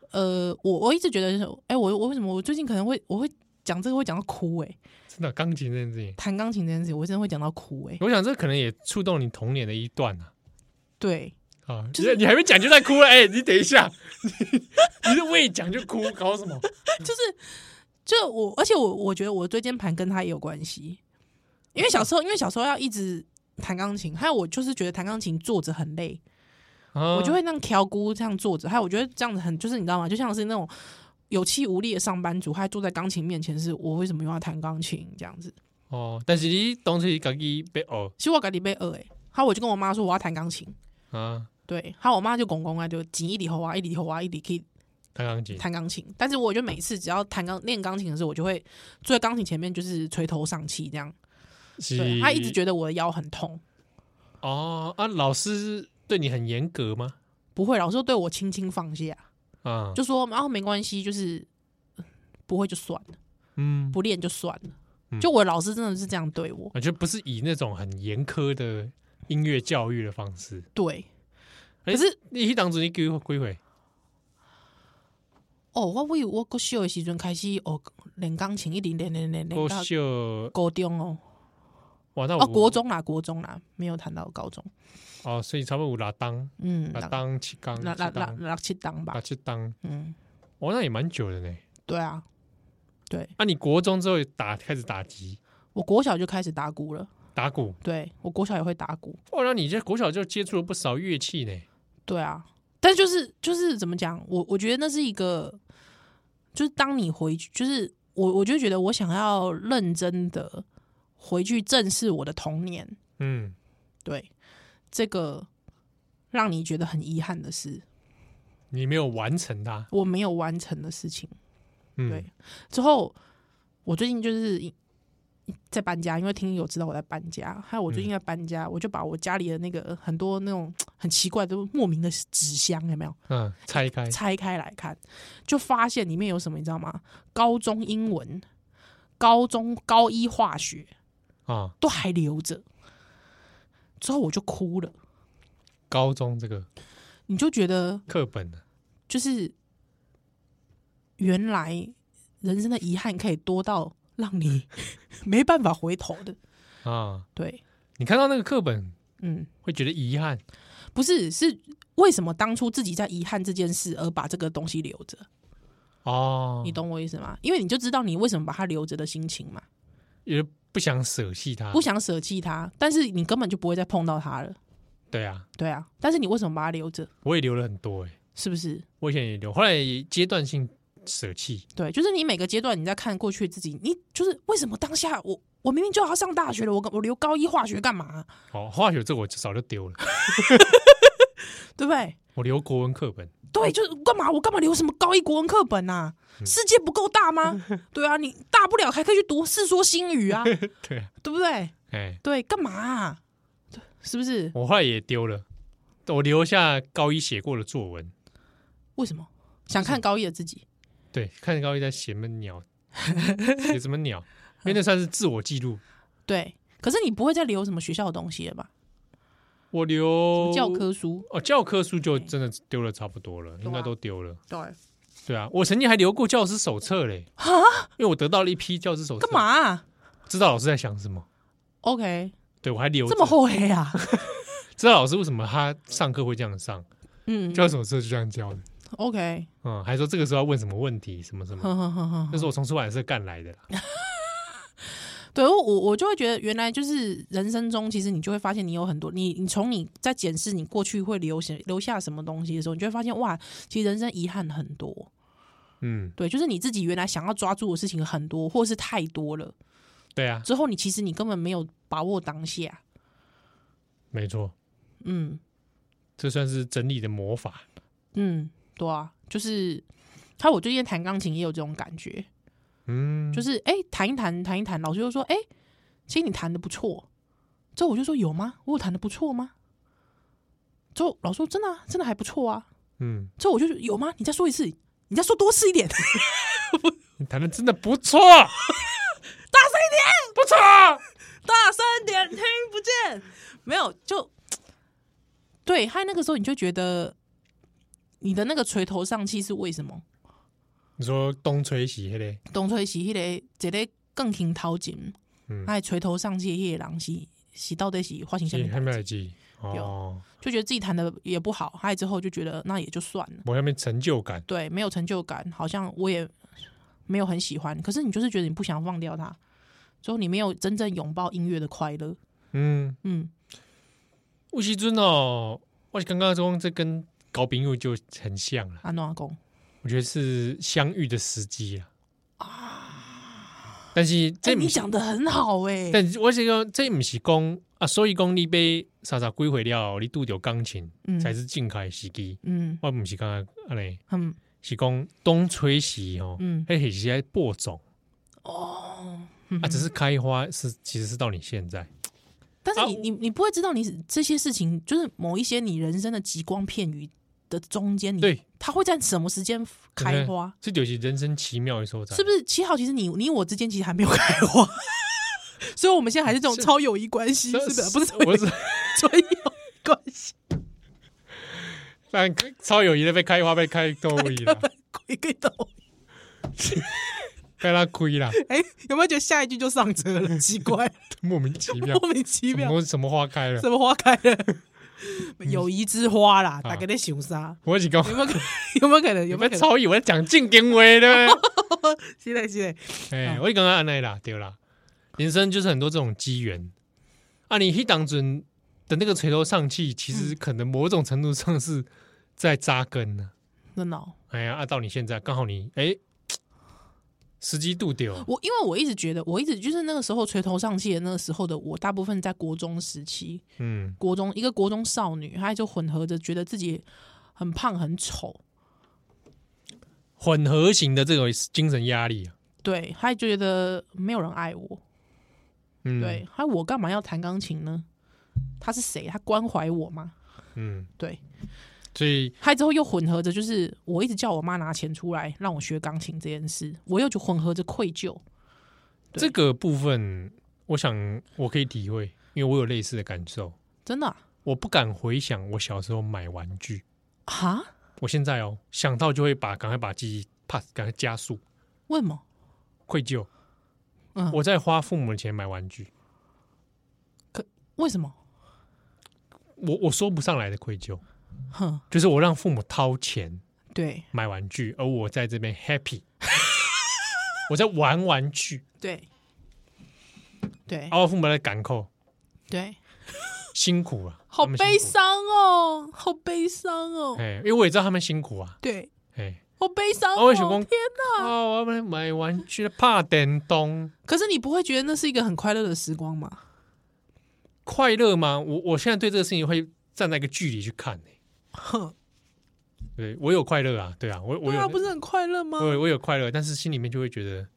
Speaker 3: 呃，我我一直觉得是，哎、我我为什么我最近可能会我会讲这个会讲到哭、哎，
Speaker 2: 真的钢琴这件事情，
Speaker 3: 弹钢琴这件事情，我真的会讲到哭、哎，
Speaker 2: 我想这可能也触动你童年的一段啊。
Speaker 3: 对，
Speaker 2: 啊，
Speaker 3: 就
Speaker 2: 就是是你还没讲就在哭了，哎、你等一下， 你你是未讲就哭，搞什么？
Speaker 3: 就我，而且我我觉得我椎间盘跟他也有关系，因为小时候，因为小时候要一直弹钢琴，还有我就是觉得弹钢琴坐着很累，
Speaker 2: 啊
Speaker 3: 我就会那样挑姑这样坐着，还有我觉得这样子很就是你知道吗？就像是那种有气无力的上班族，还坐在钢琴面前是，我为什么又要弹钢琴这样子？
Speaker 2: 哦，但是你当初是家己被学
Speaker 3: 其实我感觉被饿哎，还有我就跟我妈说我要弹钢琴，
Speaker 2: 啊，
Speaker 3: 对，还有我妈就拱拱啊，就紧一里喉啊，一里喉啊，一里可以
Speaker 2: 弹钢琴
Speaker 3: 弹钢琴。但是我就每次只要弹钢练钢琴的时候，我就会坐在钢琴前面就是垂头丧气这样，
Speaker 2: 是
Speaker 3: 对，她一直觉得我的腰很痛。
Speaker 2: 哦啊，老师对你很严格吗？
Speaker 3: 不会，老师都对我轻轻放下，
Speaker 2: 啊，
Speaker 3: 就说然后、啊、没关系，就是不会就算了，
Speaker 2: 嗯，
Speaker 3: 不练就算了。
Speaker 2: 嗯
Speaker 3: 就我老师真的是这样对我，
Speaker 2: 我觉得不是以那种很严苛的音乐教育的方式。
Speaker 3: 对。
Speaker 2: 哎
Speaker 3: 可是
Speaker 2: 你去当主，你归归回，
Speaker 3: 哦，我我有我国小的时阵开始哦练钢琴，一直练练练练
Speaker 2: 我
Speaker 3: 到
Speaker 2: 秀
Speaker 3: 高中哦，
Speaker 2: 哇，那
Speaker 3: 哦
Speaker 2: 我
Speaker 3: 国中啦，国中啦，没有谈到高中，
Speaker 2: 哦，所以差不多有拉当
Speaker 3: 嗯，
Speaker 2: 拉
Speaker 3: 六
Speaker 2: 啊当啊七缸
Speaker 3: 六
Speaker 2: 七
Speaker 3: 六
Speaker 2: 缸
Speaker 3: 六七档吧
Speaker 2: 拉，七当，
Speaker 3: 嗯，
Speaker 2: 哦，那也蛮久的呢。
Speaker 3: 对啊，对
Speaker 2: 啊，你国中之后打开始打击
Speaker 3: 我国小就开始打鼓了，
Speaker 2: 打鼓，
Speaker 3: 对我国小也会打鼓，
Speaker 2: 哇，那你这国小就接触了不少乐器呢。
Speaker 3: 对啊，但就是就是怎么讲，我我觉得那是一个，就是当你回去，就是我我就觉得我想要认真的回去正视我的童年，
Speaker 2: 嗯，
Speaker 3: 对这个让你觉得很遗憾的事，
Speaker 2: 你没有完成它，
Speaker 3: 我没有完成的事情。
Speaker 2: 嗯，
Speaker 3: 对，之后我最近就是在搬家，因为听友知道我在搬家，还有我最近在搬家，我就把我家里的那个很多那种很奇怪的莫名的纸箱有没有
Speaker 2: 嗯，拆开，
Speaker 3: 拆开来看，就发现里面有什么，你知道吗？高中英文、高中高一化学
Speaker 2: 啊，
Speaker 3: 都还留着。之后我就哭了，
Speaker 2: 高中这个
Speaker 3: 你就觉得
Speaker 2: 课本的，
Speaker 3: 就是原来人生的遗憾可以多到让你 没办法回头的。
Speaker 2: 啊，
Speaker 3: 对，
Speaker 2: 你看到那个课本
Speaker 3: 嗯，
Speaker 2: 会觉得遗憾，
Speaker 3: 不是，是为什么当初自己在遗憾这件事而把这个东西留着？
Speaker 2: 哦，
Speaker 3: 你懂我意思吗？因为你就知道你为什么把它留着的心情嘛，
Speaker 2: 也不想舍弃它，
Speaker 3: 不想舍弃它，但是你根本就不会再碰到它了。
Speaker 2: 对啊，
Speaker 3: 对啊，但是你为什么把它留着？
Speaker 2: 我也留了很多哎、
Speaker 3: 是不是？
Speaker 2: 我以前也留，后来也阶段性舍弃，
Speaker 3: 对，就是你每个阶段你在看过去自己，你就是为什么当下我我明明就要上大学了，我我留高一化学干嘛？
Speaker 2: 哦，化学这个我就早就丢了，
Speaker 3: 对不对？
Speaker 2: 我留国文课本，
Speaker 3: 对，就是干嘛？我干嘛留什么高一国文课本啊？世界不够大吗？对啊，你大不了还可以去读《世说新语》啊，
Speaker 2: 对啊，
Speaker 3: 对不对？
Speaker 2: 哎、
Speaker 3: 对，干嘛、啊？对是不是？
Speaker 2: 我后来也丢了，我留下高一写过的作文，
Speaker 3: 为什么想看高一的自己？
Speaker 2: 对，看高一在写什么鸟， 写什么鸟，因为那算是自我记录，
Speaker 3: 对，可是你不会再留什么学校的东西了吧？
Speaker 2: 我留
Speaker 3: 教科啊书，
Speaker 2: 哦，教科书就真的丢了差不多了，应该都丢了。
Speaker 3: 对，
Speaker 2: 对啊，我曾经还留过教师手册嘞，因为我得到了一批教师手册，
Speaker 3: 啊干嘛、？啊、
Speaker 2: 知道老师在想什么？
Speaker 3: ？OK，
Speaker 2: 对我还留着
Speaker 3: 这么，厚黑 啊？
Speaker 2: 知道老师为什么他上课会这样上，
Speaker 3: 嗯
Speaker 2: 教手册就这样教的，
Speaker 3: ，OK，
Speaker 2: 嗯，还说这个时候要问什么问题，什么什么，
Speaker 3: 哼哼哼哼
Speaker 2: 那是我从出版社干来的啦。
Speaker 3: 嗯对我我我就会觉得，原来就是人生中，其实你就会发现，你有很多你你从你在检视你过去会留下留下什么东西的时候，你就会发现，哇，其实人生遗憾很多。
Speaker 2: 嗯，
Speaker 3: 对，就是你自己原来想要抓住的事情很多，或是太多了，
Speaker 2: 对啊，
Speaker 3: 之后你其实你根本没有把握当下。
Speaker 2: 没错，
Speaker 3: 嗯
Speaker 2: 这算是整理的魔法。
Speaker 3: 嗯，对啊，就是。还有我最近弹钢琴也有这种感觉，
Speaker 2: 嗯，
Speaker 3: 就是哎弹、一弹弹一弹，老师就说哎、其实你弹的不错。之后我就说有吗？我有弹的不错吗？之后老师说真的、啊、真的还不错啊。
Speaker 2: 嗯，
Speaker 3: 之后我就有吗？你再说一次，你再说多次一点，
Speaker 2: 你弹的真的不错，大声一点，不错。
Speaker 3: 大声点，听不见。没有就对，还有那个时候你就觉得你的那个垂头丧气是为什么？
Speaker 2: 你说东吹西黑嘞，
Speaker 3: 当初是迄、个一个钢琴头前，
Speaker 2: 嗯
Speaker 3: 还垂头丧气，迄个人是是到底是发生什
Speaker 2: 还没
Speaker 3: 么
Speaker 2: 来
Speaker 3: 事？
Speaker 2: 记哦
Speaker 3: 有。就觉得自己弹的也不好，还之后就觉得那也就算了，
Speaker 2: 我下面成就感，
Speaker 3: 对，没有成就感，好像我也没有很喜欢，可是你就是觉得你不想放掉它，之后你没有真正拥抱音乐的快乐，
Speaker 2: 嗯，
Speaker 3: 嗯，
Speaker 2: 吴时尊哦，我刚刚说这跟高朋友就很像了，
Speaker 3: 安诺阿公
Speaker 2: 我觉得是相遇的时机啊。但是
Speaker 3: 哎、
Speaker 2: 这
Speaker 3: 你
Speaker 2: 不是，
Speaker 3: 讲的很好哎、
Speaker 2: 但是我是讲这不是讲啊，所以讲你被傻傻归回了，你拄着钢琴
Speaker 3: 嗯
Speaker 2: 才是正开的时机。
Speaker 3: 嗯
Speaker 2: 我不是刚刚安尼，
Speaker 3: 嗯
Speaker 2: 是讲东吹西哦，
Speaker 3: 嗯
Speaker 2: 那是在播种
Speaker 3: 哦，
Speaker 2: 啊，只是开花是其实是到你现在，
Speaker 3: 但是
Speaker 2: 啊
Speaker 3: 你、
Speaker 2: 我
Speaker 3: 你你不会知道你这些事情，就是某一些你人生的极光片语的中间，你
Speaker 2: 对，
Speaker 3: 它会在什么时间开花？
Speaker 2: 这就是人生奇妙的所在。
Speaker 3: 是不是七号？其实你你我之间其实还没有开花， 所以我们现在还是这种
Speaker 2: 是
Speaker 3: 超友谊关系，是的，不是超友
Speaker 2: 我
Speaker 3: 谊
Speaker 2: 是
Speaker 3: 纯友谊关系，
Speaker 2: 但超友谊的被开花被开多疑
Speaker 3: 根
Speaker 2: 了，
Speaker 3: 本鬼鬼懂。
Speaker 2: 被他亏了，
Speaker 3: 哎、有没有觉得下一句就上车了？奇怪，
Speaker 2: 莫名其妙，
Speaker 3: 莫名其
Speaker 2: 什
Speaker 3: 妙，
Speaker 2: 么什么花开了？
Speaker 3: 什么花开了？友谊之花啦，
Speaker 2: 嗯
Speaker 3: 大
Speaker 2: 啊
Speaker 3: 概在想啥？
Speaker 2: 我是讲
Speaker 3: 有没有可有没有可能？有
Speaker 2: 有没
Speaker 3: 没有
Speaker 2: 有
Speaker 3: 可能？
Speaker 2: 超友？我在讲正经话 的。
Speaker 3: 期待期待，
Speaker 2: 哎、
Speaker 3: 嗯
Speaker 2: 我就感觉安尼啦，对啦，人生就是很多这种机缘啊。你去当准的那个垂头丧气，其实
Speaker 3: 嗯
Speaker 2: 可能某种程度上是在扎根呢、
Speaker 3: 真的哦、
Speaker 2: 哎呀，啊，到你现在刚好你哎、时机度丢，
Speaker 3: 我因为我一直觉得，我一直就是那个时候垂头丧气的那个时候的我，大部分在国中时期，
Speaker 2: 嗯，
Speaker 3: 国中一个国中少女，她就混合着觉得自己很胖很丑，
Speaker 2: 混合型的这种精神压力啊，
Speaker 3: 对，她也觉得没有人爱我，
Speaker 2: 嗯，
Speaker 3: 对，，还、我干嘛要弹钢琴呢？他是谁？他关怀我吗？
Speaker 2: 嗯，
Speaker 3: 对，
Speaker 2: 所以
Speaker 3: 还之后又混合着，就是我一直叫我妈拿钱出来让我学钢琴这件事，我又就混合着愧疚。对
Speaker 2: 这个部分，我想我可以体会，因为我有类似的感受。
Speaker 3: 真的啊
Speaker 2: 我不敢回想我小时候买玩具，
Speaker 3: 啊？
Speaker 2: 我现在哦想到就会把赶快把记忆 pass 赶快加速
Speaker 3: 为什么？
Speaker 2: 愧疚。
Speaker 3: 嗯
Speaker 2: 我在花父母的钱买玩具，
Speaker 3: 为什么？
Speaker 2: 我我说不上来的愧疚，
Speaker 3: 哼，
Speaker 2: 就是我让父母掏钱
Speaker 3: 对
Speaker 2: 买玩具，而我在这边 happy，我在玩玩具，啊
Speaker 3: 对对
Speaker 2: 而我父母在赶扣，
Speaker 3: 对，
Speaker 2: 辛苦啊，
Speaker 3: 好
Speaker 2: 他们辛苦
Speaker 3: 悲。伤哦，好悲伤哦，
Speaker 2: 哎，因为我也知道他们辛苦啊，
Speaker 3: 对，
Speaker 2: 哎，
Speaker 3: 好悲伤
Speaker 2: 啊
Speaker 3: 哦，
Speaker 2: 我想说
Speaker 3: 天哪！
Speaker 2: 哦，我们买玩具怕电动，
Speaker 3: 可是你不会觉得那是一个很快乐的时光吗？
Speaker 2: 快乐吗？我我现在对这个事情会站在一个距离去看、欸、
Speaker 3: 哼，
Speaker 2: 对我有快乐啊，对啊，我我
Speaker 3: 对
Speaker 2: 有、
Speaker 3: 啊，不是很快乐吗？
Speaker 2: 我我有快乐，但是心里面就会觉得嗯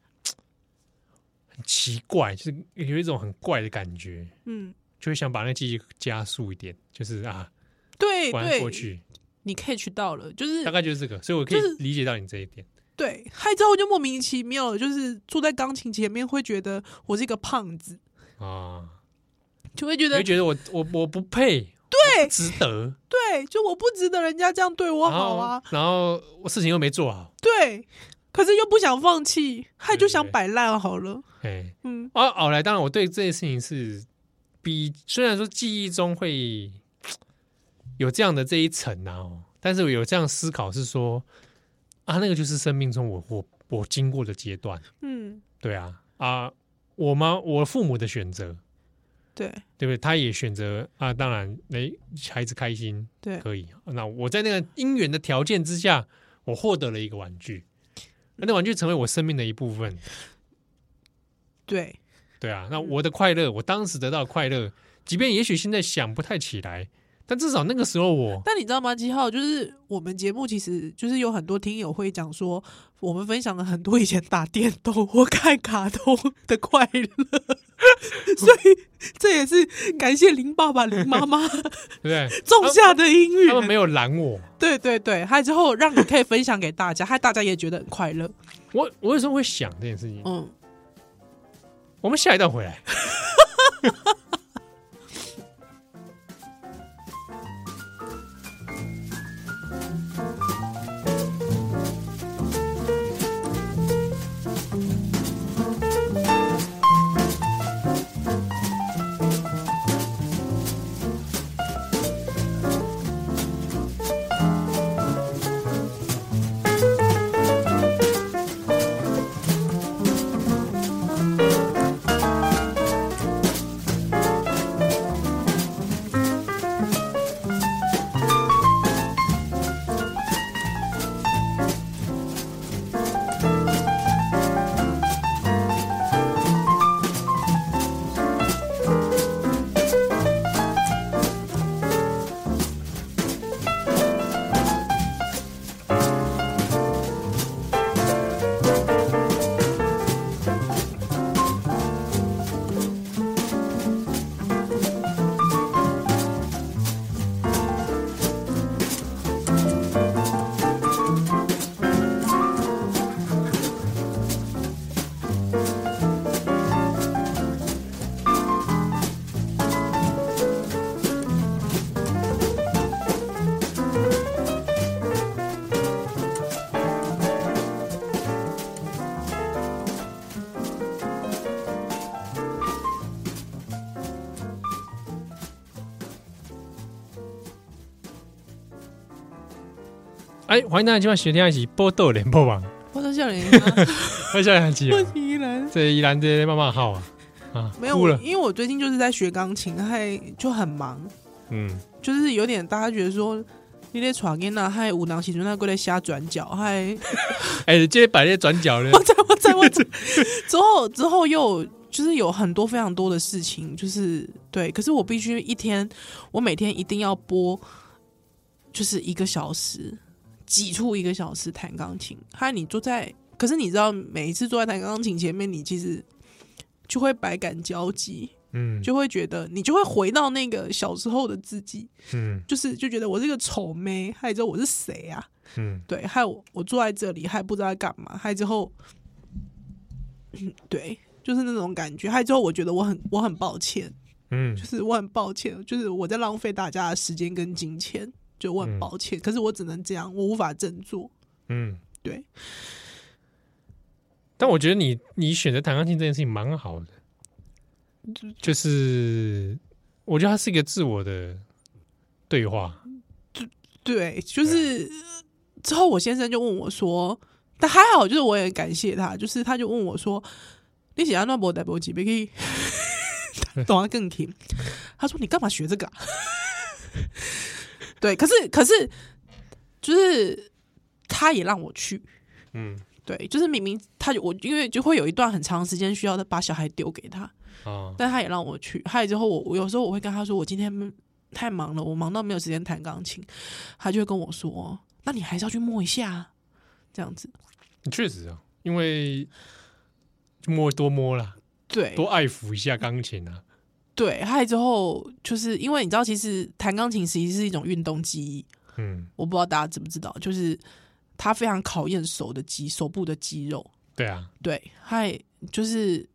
Speaker 2: 很奇怪，就是有一种很怪的感觉，
Speaker 3: 嗯，
Speaker 2: 就会想把那个记忆加速一点，就是啊，
Speaker 3: 对
Speaker 2: 玩过
Speaker 3: 对，
Speaker 2: 去，
Speaker 3: 你 catch 到了，哎就是
Speaker 2: 大概就是这个，所以我可以
Speaker 3: 就是
Speaker 2: 理解到你这一点。
Speaker 3: 对，嗨之后就莫名其妙了，就是坐在钢琴前面会觉得我是一个胖子，
Speaker 2: 啊，
Speaker 3: 就会觉
Speaker 2: 你
Speaker 3: 得
Speaker 2: 会觉得我我我不配，
Speaker 3: 对
Speaker 2: 值得，
Speaker 3: 对，就我不值得人家这样对我
Speaker 2: 然
Speaker 3: 好
Speaker 2: 后
Speaker 3: 啊，
Speaker 2: 然后我事情又没做好，
Speaker 3: 对，可是又不想放弃，嗨
Speaker 2: 对
Speaker 3: 就
Speaker 2: 对
Speaker 3: 想
Speaker 2: 对
Speaker 3: 摆烂好了，
Speaker 2: 哎，
Speaker 3: 嗯，
Speaker 2: 啊，后来当然我对这件事情是比虽然说记忆中会有这样的这一层啊、哦，但是我有这样思考是说啊，那个就是生命中我我我经过的阶段，
Speaker 3: 嗯，
Speaker 2: 对啊啊，我妈我父母的选择，
Speaker 3: 对
Speaker 2: 对不对？他也选择啊，当然哎，孩子开心
Speaker 3: 对，
Speaker 2: 可以。啊那我在那个因缘的条件之下，我获得了一个玩具，那玩具成为我生命的一部分。
Speaker 3: 对
Speaker 2: 对啊，
Speaker 3: 嗯
Speaker 2: 那我的快乐，我当时得到的快乐，即便也许现在想不太起来，但至少那个时候 我
Speaker 3: 但你知道吗？七号就是我们节目，其实就是有很多听友会讲说，我们分享了很多以前打电动或看卡通的快乐， 所以这也是感谢林爸爸、林妈 妈
Speaker 2: 对不对？
Speaker 3: 种下的因
Speaker 2: 他们没
Speaker 3: 缘。
Speaker 2: 有拦我，
Speaker 3: 对对对，还有之后让你可以分享给大家，害大家也觉得很快乐。
Speaker 2: 我我有时候会想这件事情。
Speaker 3: 嗯，
Speaker 2: 我们下一段回来。哎，欢迎大家今晚收听一起波豆联播网，
Speaker 3: 我说笑脸，
Speaker 2: 我笑两集啊，
Speaker 3: 依然
Speaker 2: 这依然这慢慢好啊啊，
Speaker 3: 没有
Speaker 2: 哭
Speaker 3: 我
Speaker 2: 了，
Speaker 3: 因为我最近就是在学钢琴，还就很忙，
Speaker 2: 嗯，
Speaker 3: 就是有点大家觉得说。你咧闯囡仔，还有人时阵还过来瞎转角，还，
Speaker 2: 哎，这摆在转角呢
Speaker 3: 我在我 在我在之后之后又就是有很多非常多的事情，就是对，可是我必须一天，我每天一定要播，就是一个小时，挤出一个小时弹钢琴。还有你坐在，可是你知道，每一次坐在弹钢琴前面，你其实就会百感交集，
Speaker 2: 嗯
Speaker 3: 就会觉得你就会回到那个小时候的自己，
Speaker 2: 嗯
Speaker 3: 就是就觉得我是个丑妹，还有之后我是谁啊？
Speaker 2: 嗯，
Speaker 3: 对，害我我坐在这里，还不知道在干嘛，害之后，嗯对，就是那种感觉。害之后，我觉得我很我很抱歉，
Speaker 2: 嗯
Speaker 3: 就是我很抱歉，就是我在浪费大家的时间跟金钱，就我很
Speaker 2: 嗯
Speaker 3: 抱歉。可是我只能这样，我无法振作。
Speaker 2: 嗯，
Speaker 3: 对，
Speaker 2: 但我觉得你你选择弹钢琴这件事情蛮好的，就是我觉得它是一个自我的对话，
Speaker 3: 对，就是呃之后我先生就问我说，但还好，就是我也感谢他，就是他就问我说，你喜欢那波代波几？别可以，懂啊更甜。他说你干嘛学这个、啊？ 对，可是可是就是他也让我去，
Speaker 2: 嗯
Speaker 3: 对，就是明明他就我因为就会有一段很长时间需要把小孩丢给他，
Speaker 2: 啊，
Speaker 3: 但他也让我去。还有之后我，我有时候我会跟他说，我今天太忙了，我忙到没有时间弹钢琴。他就会跟我说，那你还是要去摸一下啊，这样子。
Speaker 2: 确实啊，因为就摸多摸啦，
Speaker 3: 对
Speaker 2: 多爱抚一下钢琴啊，
Speaker 3: 对，还有之后就是因为你知道，其实弹钢琴其实是一种运动技艺，
Speaker 2: 嗯，
Speaker 3: 我不知道大家知不知道，就是它非常考验手的肌、手部的肌肉。
Speaker 2: 对啊，
Speaker 3: 对，还就是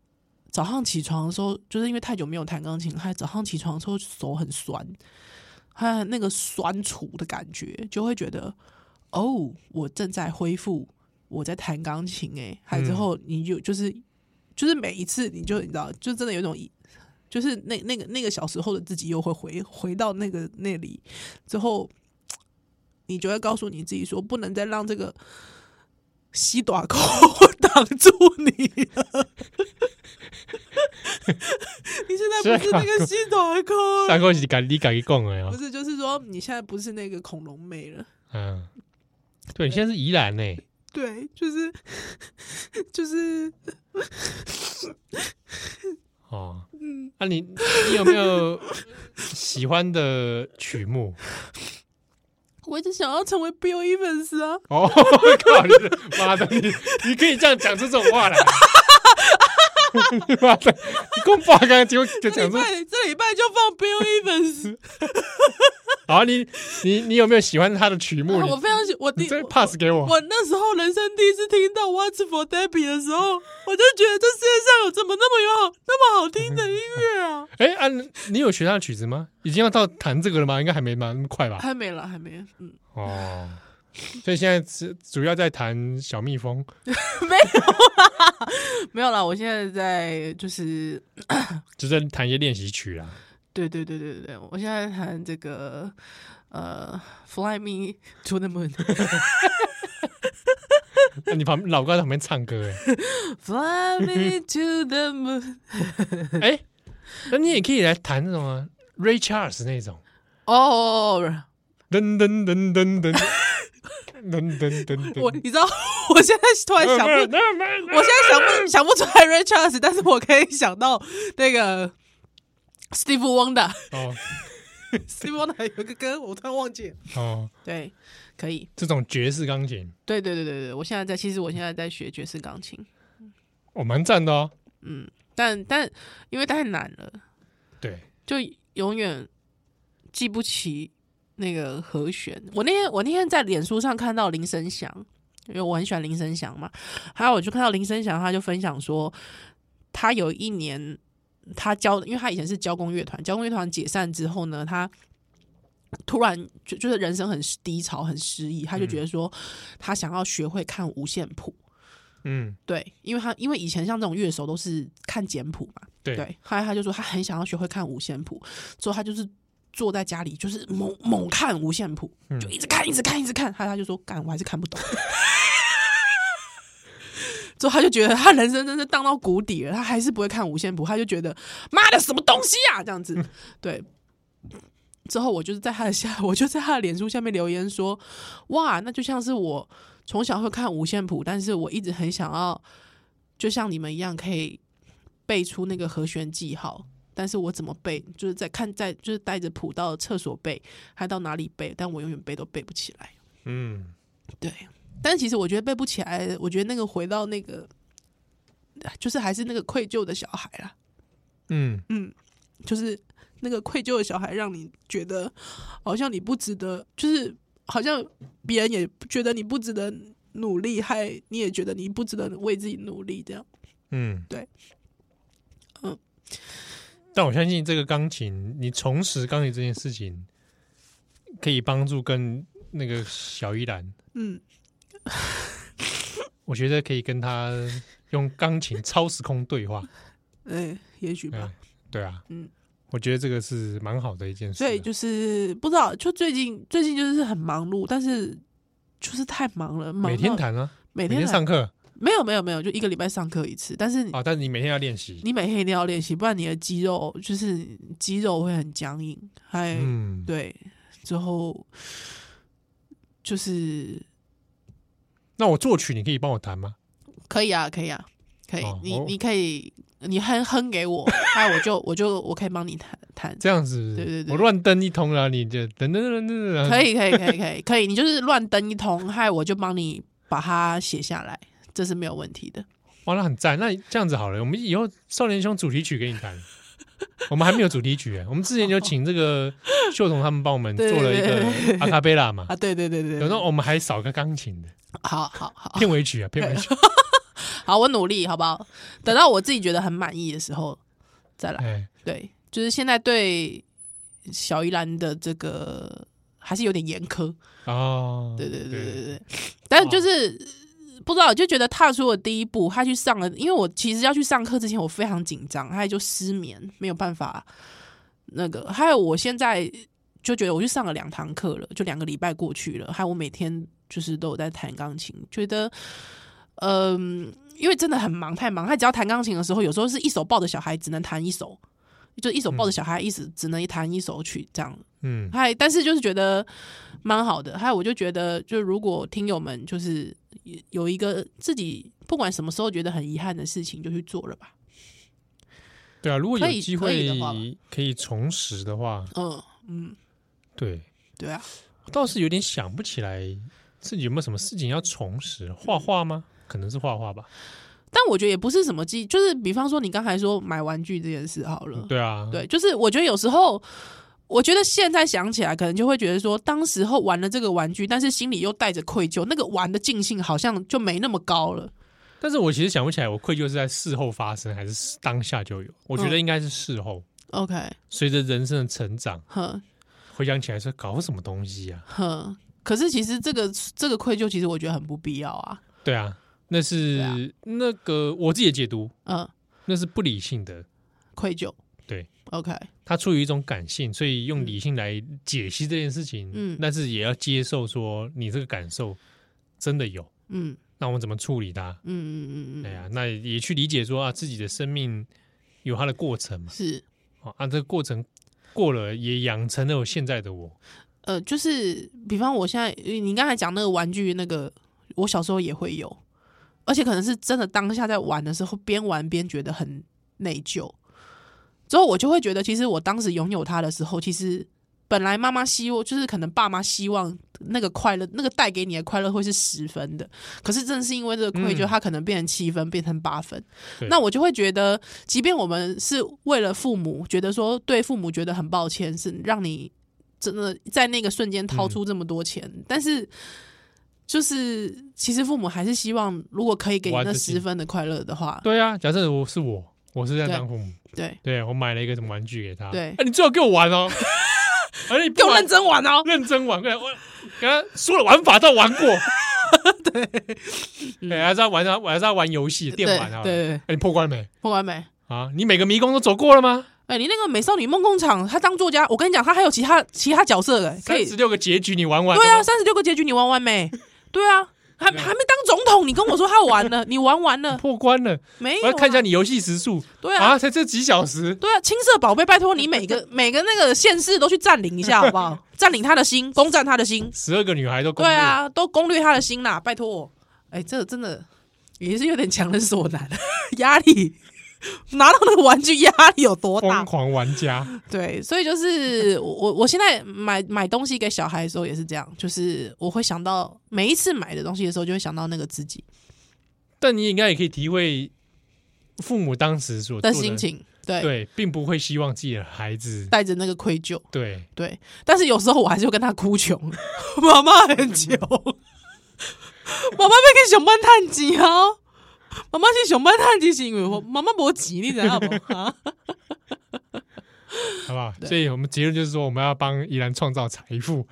Speaker 3: 早上起床的时候，就是因为太久没有弹钢琴，还早上起床的时候手很酸，还有那个酸楚的感觉，就会觉得哦，我正在恢复，我在弹钢琴哎、还之
Speaker 2: 嗯
Speaker 3: 后你就就是就是每一次你就你知道，就真的有一种一。就是那那个那个小时候的自己又会回回到那个那里之后，你就会告诉你自己说，不能再让这个西短裤挡住你了。 你现在不是那个西短裤，
Speaker 2: 上过啊是敢你敢去讲的
Speaker 3: 不
Speaker 2: 啊，
Speaker 3: 是，就是说你现在不是那个恐龙妹了。
Speaker 2: 嗯，对你现在是宜兰呢、
Speaker 3: 对，就是就是
Speaker 2: 哦，啊你，你有没有喜欢的曲目？
Speaker 3: 我一直想要成为 Bill Evans 啊，
Speaker 2: 哦， 靠你的！妈的，你你可以这样讲出这种话来？ 妈的，你跟我爸刚刚结果就
Speaker 3: 这
Speaker 2: 讲
Speaker 3: 礼
Speaker 2: 出，
Speaker 3: 拜这礼拜就放 Bill Evans，
Speaker 2: 好，你你你有没有喜欢他的曲目？
Speaker 3: 啊我
Speaker 2: 你
Speaker 3: 非常喜我
Speaker 2: 你
Speaker 3: 第
Speaker 2: 这 pass 给我，
Speaker 3: 我那时候人生第一次听到《What's for Debbie》的时候，我就觉得这世界上有怎么那么有好那么好听的音乐啊！
Speaker 2: 哎啊，你你有学他的曲子吗？已经要到弹这个了吗？应该还没吧，那么快吧？
Speaker 3: 还没了，还没，嗯，
Speaker 2: 哦，所以现在是主要在弹小蜜蜂，
Speaker 3: 没有啦。我现在在就是，
Speaker 2: 就是在弹一些练习曲啦。
Speaker 3: 对对对对对对，我现在在弹这个呃《Fly Me to the Moon》
Speaker 2: 那你旁老哥在旁边唱歌哎。
Speaker 3: ，Fly Me to the Moon。
Speaker 2: 哎、那你也可以来弹那种啊，Ray Charles 那种，
Speaker 3: 哦、
Speaker 2: 噔噔噔噔噔噔噔噔噔。 哦
Speaker 3: 我你知道，我现在突然想不，我现在想不想不出来 Ray Charles，但是我可以想到那个 Steve Wonder。
Speaker 2: 哦
Speaker 3: Steve Wonder 有一个歌，我突然忘记了。
Speaker 2: 哦，
Speaker 3: 对，可以，
Speaker 2: 这种爵士钢琴，
Speaker 3: 对对对对对，我现在在，其实我现在在学爵士钢琴，
Speaker 2: 我、蛮赞的哦。
Speaker 3: 但但因为太难了，
Speaker 2: 对，
Speaker 3: 就永远记不起那个和弦。我那天我那天在脸书上看到林声祥，因为我很喜欢林声祥嘛，还有我就看到林声祥，他就分享说，他有一年他教，因为他以前是交工乐团，交工乐团解散之后呢，他。突然就就是人生很低潮，很失意，他就觉得说，他想要学会看五线谱，
Speaker 2: 嗯，
Speaker 3: 对，因为他因为以前像这种乐手都是看简谱嘛，
Speaker 2: 对
Speaker 3: 对，后来他就说他很想要学会看五线谱，所以他就是坐在家里就是猛猛看五线谱，就一直看，一直看，一直看。他他就说干，我还是看不懂。 之后他就觉得他人生真是荡到谷底了，他还是不会看五线谱，他就觉得妈的什么东西啊这样子。对，之后我就是在他的下， 我就在他的脸书下面留言说，哇，那就像是我从小会看五线谱，但是我一直很想要，就像你们一样可以背出那个和弦记号。但是我怎么背，就是在看在就是带着谱到厕所背，还到哪里背，但我永远背都背不起来。
Speaker 2: 嗯，
Speaker 3: 对，但其实我觉得背不起来，我觉得那个回到那个，就是还是那个愧疚的小孩啦，
Speaker 2: 嗯，
Speaker 3: 就是那个愧疚的小孩，让你觉得好像你不值得，就是好像别人也觉得你不值得努力，还你也觉得你不值得为自己努力，这样。
Speaker 2: 嗯，
Speaker 3: 对，嗯。
Speaker 2: 但我相信这个钢琴，你重拾钢琴这件事情，可以帮助跟那个小依兰，
Speaker 3: 嗯，
Speaker 2: 我觉得可以跟他用钢琴超时空对 话。
Speaker 3: 哎、也许吧。
Speaker 2: 嗯，对啊，
Speaker 3: 嗯
Speaker 2: 我觉得这个是蛮好的一件事啊。
Speaker 3: 所以就是不知道，就最近最近就是很忙碌，但是就是太忙了，忙
Speaker 2: 每天
Speaker 3: 到
Speaker 2: 弹啊，
Speaker 3: 每
Speaker 2: 每
Speaker 3: 天
Speaker 2: 天
Speaker 3: 来
Speaker 2: 上课
Speaker 3: 没有没有没有，就一个礼拜上课一次，但是你
Speaker 2: 啊，但是你每天要练习。
Speaker 3: 你每天一定要练习，不然你的肌肉就是肌肉会很僵硬，还、
Speaker 2: 嗯，
Speaker 3: 对之后就是
Speaker 2: 那我作曲你可以帮我弹吗？
Speaker 3: 可以啊，可以啊，可以，
Speaker 2: 哦
Speaker 3: 你
Speaker 2: 我
Speaker 3: 你可以你哼哼给我，那我就我就我可以帮你弹弹。
Speaker 2: 这样子，
Speaker 3: 对对对
Speaker 2: 我乱登一通了，你就噔噔噔噔噔，
Speaker 3: 可以可以可以可以可以，你就是乱登一通，嗨，我就帮你把它写下来，这是没有问题的。
Speaker 2: 哇，那很赞。那这样子好了，我们以后少年兄主题曲给你弹。我们还没有主题曲耶，我们之前有请这个秀彤他们帮我们做
Speaker 3: 对
Speaker 2: 了一
Speaker 3: 对
Speaker 2: 个阿卡贝拉嘛，
Speaker 3: 啊，对对对对
Speaker 2: 然
Speaker 3: 对，
Speaker 2: 后我们还少个钢琴的
Speaker 3: 好好好
Speaker 2: 片尾曲啊，片尾
Speaker 3: 哦
Speaker 2: 曲。
Speaker 3: 好，我努力好不好？等到我自己觉得很满意的时候再来。
Speaker 2: 哎，
Speaker 3: 对，就是现在对小依兰的这个还是有点严苛，
Speaker 2: 哦，
Speaker 3: 对对对对对，对，但就是。不知道，就觉得踏出了第一步，他去上了。因为我其实要去上课之前，我非常紧张，还有就失眠，没有办法那个。还有我现在就觉得我去上了两堂课了，就两个礼拜过去了，还有我每天就是都有在弹钢琴，觉得嗯、因为真的很忙，太忙。他只要弹钢琴的时候，有时候是一手抱着小孩，只能弹一首，就一手抱着小孩，一直只能弹一首曲这样。
Speaker 2: 嗯，
Speaker 3: 还但是就是觉得蛮好的，还有我就觉得，就如果听友们就是有一个自己不管什么时候觉得很遗憾的事情，就去做了吧。
Speaker 2: 对啊，如果
Speaker 3: 可
Speaker 2: 有
Speaker 3: 以
Speaker 2: 机
Speaker 3: 可以的
Speaker 2: 会
Speaker 3: 话吧
Speaker 2: 可以重拾的话，
Speaker 3: 嗯嗯，
Speaker 2: 对
Speaker 3: 对啊，
Speaker 2: 我倒是有点想不起来自己有没有什么事情要重拾，画画吗？可能是画画吧。
Speaker 3: 但我觉得也不是什么记，就是比方说你刚才说买玩具这件事好了，
Speaker 2: 对啊，
Speaker 3: 嗯对，就是我觉得有时候。我觉得现在想起来，可能就会觉得说，当时候玩了这个玩具，但是心里又带着愧疚，那个玩的尽兴好像就没那么高了。
Speaker 2: 但是我其实想不起来，我愧疚是在事后发生还是当下就有？我
Speaker 3: 嗯
Speaker 2: 觉得应该是事后，
Speaker 3: OK，
Speaker 2: 随着人生的成长，
Speaker 3: 哼，
Speaker 2: 回想起来说搞什么东西啊？
Speaker 3: 哼，可是其实这个这个愧疚，其实我觉得很不必要啊。
Speaker 2: 对啊，那是、
Speaker 3: 对啊
Speaker 2: 那个我自己的解读，
Speaker 3: 嗯，
Speaker 2: 那是不理性的。
Speaker 3: 愧疚。
Speaker 2: 对
Speaker 3: ，OK，
Speaker 2: 他出于一种感性，所以用理性来解析这件事情，
Speaker 3: 嗯
Speaker 2: 但是也要接受说你这个感受真的有，
Speaker 3: 嗯
Speaker 2: 那我们怎么处理它？
Speaker 3: 嗯嗯嗯嗯，
Speaker 2: 哎呀，那也去理解说啊，自己的生命有它的过程嘛，
Speaker 3: 是
Speaker 2: 啊，这个过程过了，也养成了我现在的我，
Speaker 3: 呃，就是比方我现在你刚才讲那个玩具，那个我小时候也会有，而且可能是真的当下在玩的时候，边玩边觉得很内疚，之后我就会觉得，其实我当时拥有它的时候，其实。本来妈妈希望就是可能爸妈希望那个快乐，那个带给你的快乐会是十分的，可是正是因为这个愧疚，
Speaker 2: 嗯
Speaker 3: 它可能变成七分，变成八分，
Speaker 2: 对
Speaker 3: 那我就会觉得，即便我们是为了父母，觉得说对父母觉得很抱歉，是让你真的在那个瞬间
Speaker 2: 嗯
Speaker 3: 掏出这么多钱，但是就是其实父母还是希望，如果可以给你
Speaker 2: 玩
Speaker 3: 那
Speaker 2: 得进
Speaker 3: 十分的快乐的话，
Speaker 2: 对啊，假设我是我，我是在当父母，
Speaker 3: 对，
Speaker 2: 对我买了一个什么玩具给他，
Speaker 3: 对
Speaker 2: 啊，你最好给我玩 哦，而你
Speaker 3: 给
Speaker 2: 不
Speaker 3: 我
Speaker 2: 玩
Speaker 3: 认真玩哦。
Speaker 2: 认真玩过来，我给他说了玩法，他玩 过， 对，还是要玩他，还是要玩游戏电玩啊，
Speaker 3: 对对对
Speaker 2: 哎你破关了没？
Speaker 3: 破完没？
Speaker 2: 啊，你每个迷宫都走过了吗？
Speaker 3: 哎、你那个《美少女梦工厂》，他当作家，我跟你讲，他还有其他其他角色哎，可
Speaker 2: 三
Speaker 3: 以
Speaker 2: 十六个结局你玩完了
Speaker 3: 对
Speaker 2: 吗
Speaker 3: 啊，三十六个结局你玩完没？对啊，还
Speaker 2: 对啊
Speaker 3: 还没当总统，你跟我说他玩了，你玩完了
Speaker 2: 破关了，
Speaker 3: 没有
Speaker 2: 我
Speaker 3: 啊？
Speaker 2: 要看一下你游戏时速
Speaker 3: 对啊，
Speaker 2: 啊，才这几小时，
Speaker 3: 对啊，青色宝贝，拜 托你每个每个那个县市都去占领一下，好不好？占领他的心，攻占他的心，
Speaker 2: 十二个女孩都攻
Speaker 3: 对
Speaker 2: 略，
Speaker 3: 啊，都攻略他的心啦，拜托。哎、这真的也是有点强人所难， 压力拿到那个玩具压力有多大
Speaker 2: 疯？狂玩家，
Speaker 3: 对，所以就是我我我现在买买东西给小孩的时候也是这样，就是我会想到每一次买的东西的时候，就会想到那个自己
Speaker 2: 但你应该也可以体会父母当时所做
Speaker 3: 的
Speaker 2: 的
Speaker 3: 心，情，对，
Speaker 2: 对，并不会希望自己的孩子，
Speaker 3: 带着那个愧疚，
Speaker 2: 对，
Speaker 3: 对。但是有时候我还是会跟他哭穷，妈妈很穷，妈妈要去上班趁钱啊，妈妈去上班趁钱是因为我妈妈没钱，你知道 不？啊，
Speaker 2: 好不好？
Speaker 3: 对
Speaker 2: 所以我们结论就是说，我们要帮宜兰创造财富。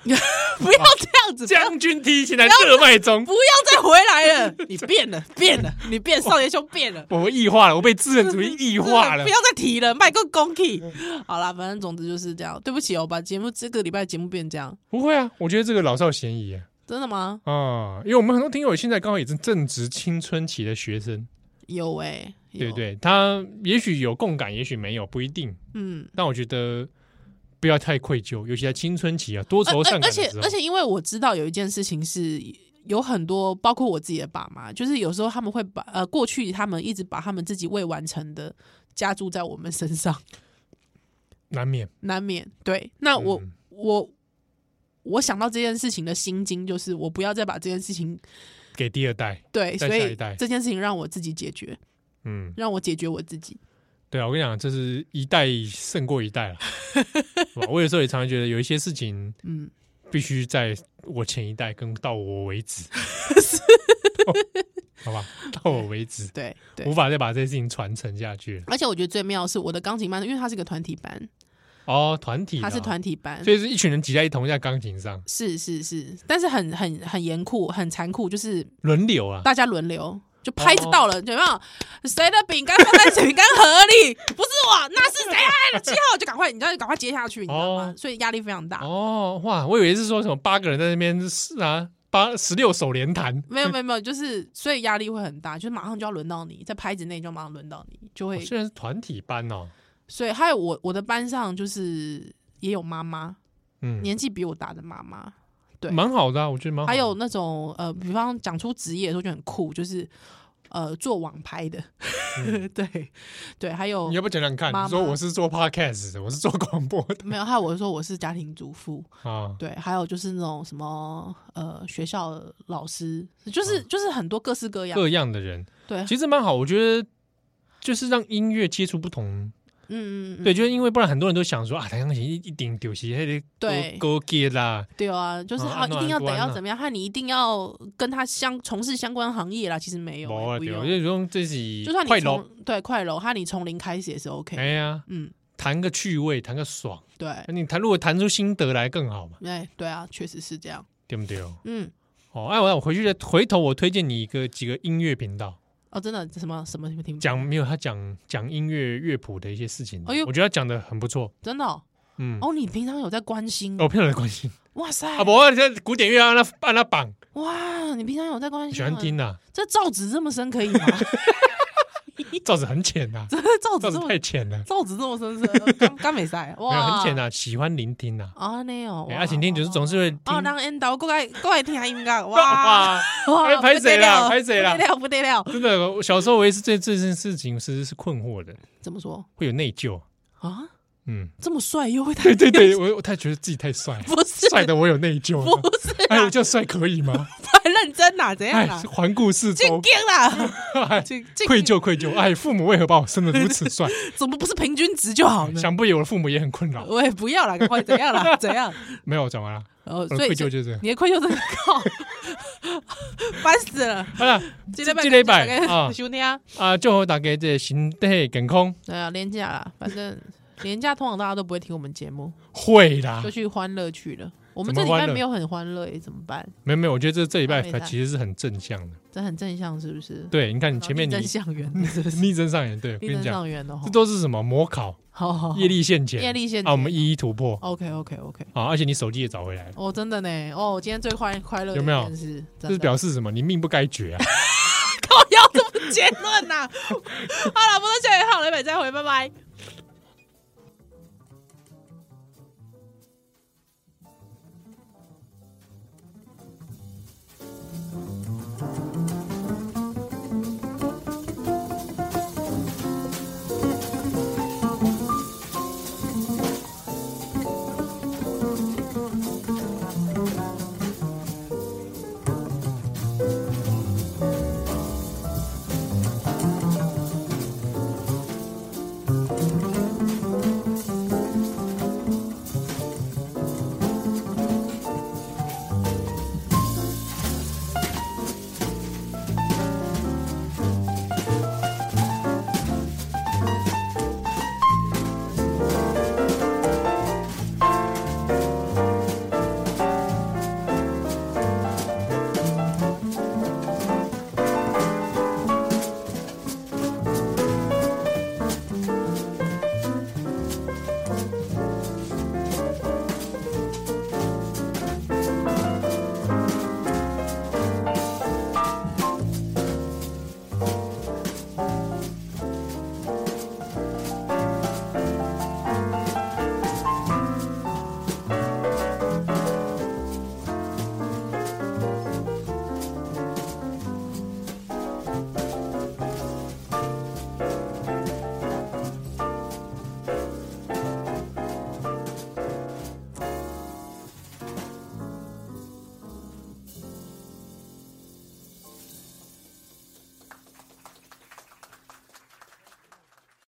Speaker 3: 不要这样子，不要
Speaker 2: 将军踢起来热卖中
Speaker 3: 不，要再回来了，你变了，变了，你变少年兄变 了。
Speaker 2: 我异化了，我被资本主义异化了
Speaker 3: 不。要再提了，卖个公器。好啦，反正总之就是这样。对不起哦，把节目这个礼拜的节目变这样，
Speaker 2: 不会啊，我觉得这个老少咸宜啊，
Speaker 3: 真的吗？
Speaker 2: 啊，因为我们很多听友现在刚好也是正值青春期的学生，
Speaker 3: 有哎、有
Speaker 2: 对不，对？他也许有共感，也许没有，不一定。
Speaker 3: 嗯。
Speaker 2: 但我觉得不要太愧疚，尤其在青春期啊，多
Speaker 3: 而
Speaker 2: 愁善
Speaker 3: 而
Speaker 2: 感
Speaker 3: 而
Speaker 2: 的
Speaker 3: 且
Speaker 2: 时候
Speaker 3: 而。且，因为我知道有一件事情是有很多，包括我自己的爸妈，就是有时候他们会把呃过去他们一直把他们自己未完成的加注在我们身上，
Speaker 2: 难免。
Speaker 3: 难免对。那我、
Speaker 2: 嗯
Speaker 3: 我我想到这件事情的心经就是，我不要再把这件事情
Speaker 2: 给第二代，
Speaker 3: 对，
Speaker 2: 再
Speaker 3: 所
Speaker 2: 下一
Speaker 3: 以
Speaker 2: 代
Speaker 3: 这件事情让我自己解决，
Speaker 2: 嗯，
Speaker 3: 让我解决我自己。
Speaker 2: 对啊，我跟你讲，这是一代胜过一代 了。是吧我有时候也常常觉得，有一些事情
Speaker 3: 嗯，
Speaker 2: 必须在我前一代跟到我为 止，好吧，到我为止，
Speaker 3: 对
Speaker 2: 无
Speaker 3: 对。
Speaker 2: 法再把这些事情传承下去了。
Speaker 3: 而且我觉得最妙的是我的钢琴班，因为它是个团体班，
Speaker 2: 哦，团体的
Speaker 3: 它
Speaker 2: 啊
Speaker 3: 是，团体班
Speaker 2: 所，以是一群人挤在同一架钢琴上，
Speaker 3: 是是是，但是很很很严酷，很残酷，就是
Speaker 2: 轮流 啊，
Speaker 3: 大家轮流。就拍子到了，
Speaker 2: 哦
Speaker 3: 有没有？谁的饼干放在饼干盒里？ 不是我，那是谁啊？七号就赶快，你知道，就赶快接下去，你知道吗
Speaker 2: 哦？
Speaker 3: 所以压力非常大。
Speaker 2: 哦，哇，我以为是说什么八个人在那边是啊，八十六手连弹，
Speaker 3: 没有没有没有，就是所以压力会很大，就是马上就要轮到你，在拍子内就马上轮到你，就
Speaker 2: 哦
Speaker 3: 会
Speaker 2: 虽然是团体班哦，
Speaker 3: 所以还有我我的班上就是也有妈妈，
Speaker 2: 嗯，
Speaker 3: 年纪比我大的妈妈，对
Speaker 2: 蛮好的啊，我觉得蛮好的。
Speaker 3: 还有那种呃，比方讲出职业的时候就很酷，就是呃做网拍的， 对对，还有
Speaker 2: 嗯你要不要讲讲看？
Speaker 3: 妈妈
Speaker 2: 你说我是做 podcast 的，我是做广播的
Speaker 3: 没有？还有我说我是家庭主妇，
Speaker 2: 啊，
Speaker 3: 对，还有就是那种什么呃学校老师，就是、就是很多各式各样，
Speaker 2: 嗯各样的人，
Speaker 3: 对，嗯
Speaker 2: 其实蛮好。我觉得就是让音乐接触不同，
Speaker 3: 嗯嗯，
Speaker 2: 对，就是因为不然很多人都想说啊，弹钢琴一一顶丢席，还得
Speaker 3: 对
Speaker 2: 勾结啦，
Speaker 3: 对啊，就是
Speaker 2: 嗯
Speaker 3: 他
Speaker 2: 安
Speaker 3: 一
Speaker 2: 暖
Speaker 3: 定要
Speaker 2: 安
Speaker 3: 得
Speaker 2: 暖
Speaker 3: 要
Speaker 2: 啊
Speaker 3: 怎么样，和你一定要跟他相从事相关行业啦，其实没有、欸
Speaker 2: 没啊
Speaker 3: 不
Speaker 2: 对，
Speaker 3: 用
Speaker 2: 我。就用自己
Speaker 3: 就算
Speaker 2: 快
Speaker 3: 你
Speaker 2: 乐，
Speaker 3: 从对快楼，和你从零开始也是 OK。
Speaker 2: 哎呀，
Speaker 3: 嗯，
Speaker 2: 弹个趣味，弹个爽，
Speaker 3: 对，
Speaker 2: 你弹如果弹出心得来更好嘛，
Speaker 3: 哎，对啊，确实是这样。
Speaker 2: 对不对？
Speaker 3: 嗯，
Speaker 2: 哦，哎，我我回去再回头我推荐你一个几个音乐频道。
Speaker 3: 哦，真的什么什么什么听
Speaker 2: 讲没有他讲讲音乐乐谱的一些事情，
Speaker 3: 哎呦
Speaker 2: 我觉得他讲的很不错，
Speaker 3: 真的哦，
Speaker 2: 嗯，
Speaker 3: 哦你平常有在关心？
Speaker 2: 哦，漂亮的关心。
Speaker 3: 哇塞，
Speaker 2: 啊，不，这古典乐按他按他绑，
Speaker 3: 哎哇，你平常有在关心？
Speaker 2: 喜欢，听啊呐、
Speaker 3: 这造纸这么深可以吗？
Speaker 2: 造纸很浅呐、
Speaker 3: 这造
Speaker 2: 造纸
Speaker 3: 纸这哎么
Speaker 2: 太浅 了，
Speaker 3: 造纸这么深深，刚刚没塞
Speaker 2: 没有
Speaker 3: 哇，
Speaker 2: 很浅呐、喜欢聆听呐、
Speaker 3: 啊，那哦，
Speaker 2: 哎
Speaker 3: 哇
Speaker 2: 啊，请听就是总是会听。
Speaker 3: 哦，让 N 导过来过来听音乐，哇
Speaker 2: 哇， 哎
Speaker 3: 哇，
Speaker 2: 拍谁啦
Speaker 3: 了？
Speaker 2: 拍谁啦
Speaker 3: 不得了，不得了！
Speaker 2: 真的，我小时候我也是对这件事情是是困惑的，
Speaker 3: 怎么说
Speaker 2: 会有内疚。
Speaker 3: 啊？
Speaker 2: 嗯，
Speaker 3: 这么帅又会弹
Speaker 2: 对对对，我我太觉得自己太帅了，
Speaker 3: 不是
Speaker 2: 帅的我有内疚。
Speaker 3: 不是
Speaker 2: 哎，
Speaker 3: 啦
Speaker 2: 我，叫帅可以吗？
Speaker 3: 太认真啦，怎样啊
Speaker 2: 哎
Speaker 3: 啦，？
Speaker 2: 环顾四
Speaker 3: 进
Speaker 2: 周，
Speaker 3: 京啦，
Speaker 2: 哎，
Speaker 3: 进进
Speaker 2: 愧疚愧疚。哎，父母为何把我生得如此帅？
Speaker 3: 怎么不是平均值就好呢？
Speaker 2: 想不也，我的父母也很困扰。
Speaker 3: 我也不要啦，赶快怎 样啦？怎样？
Speaker 2: 没有，讲完了，
Speaker 3: 然后
Speaker 2: 我的
Speaker 3: 所以
Speaker 2: 愧疚就是这样。
Speaker 3: 你的愧疚真的靠， 烦死了！
Speaker 2: 好了。
Speaker 3: 这礼拜
Speaker 2: 这礼拜 啊
Speaker 3: 兄弟啊，
Speaker 2: 啊，祝福大家这个身体健康，
Speaker 3: 对啊，廉价啦，反正廉价通常大家都不会听我们节目，
Speaker 2: 会啦
Speaker 3: 就，去欢乐去了。我们
Speaker 2: 啊怎
Speaker 3: 这
Speaker 2: 么欢
Speaker 3: 礼拜
Speaker 2: 乐
Speaker 3: 没有很欢乐耶，怎么办？
Speaker 2: 没有没有，我觉得这这礼拜
Speaker 3: 啊没哦带
Speaker 2: 其实是很正向的。
Speaker 3: 这很正向，是不是？啊
Speaker 2: 对，你看你前面你
Speaker 3: 真相源的，是不是？
Speaker 2: 逆增上演，对我
Speaker 3: 力
Speaker 2: 跟
Speaker 3: 争
Speaker 2: 你讲，
Speaker 3: 上源的哈
Speaker 2: 这，都是什么模考、
Speaker 3: 好好好
Speaker 2: 业力现前、
Speaker 3: 业力线
Speaker 2: 啊，我们一一突破
Speaker 3: OK OK OK，
Speaker 2: 啊，而且你手机也找回来了，
Speaker 3: 哦，真的呢，哦，今天最快快乐的
Speaker 2: 有没有
Speaker 3: 一件事？
Speaker 2: 这
Speaker 3: 这
Speaker 2: 是表示什么？你命不该绝啊！
Speaker 3: 啊 靠要这么结论呐、好了，不到这里好了，拜拜再会，拜拜。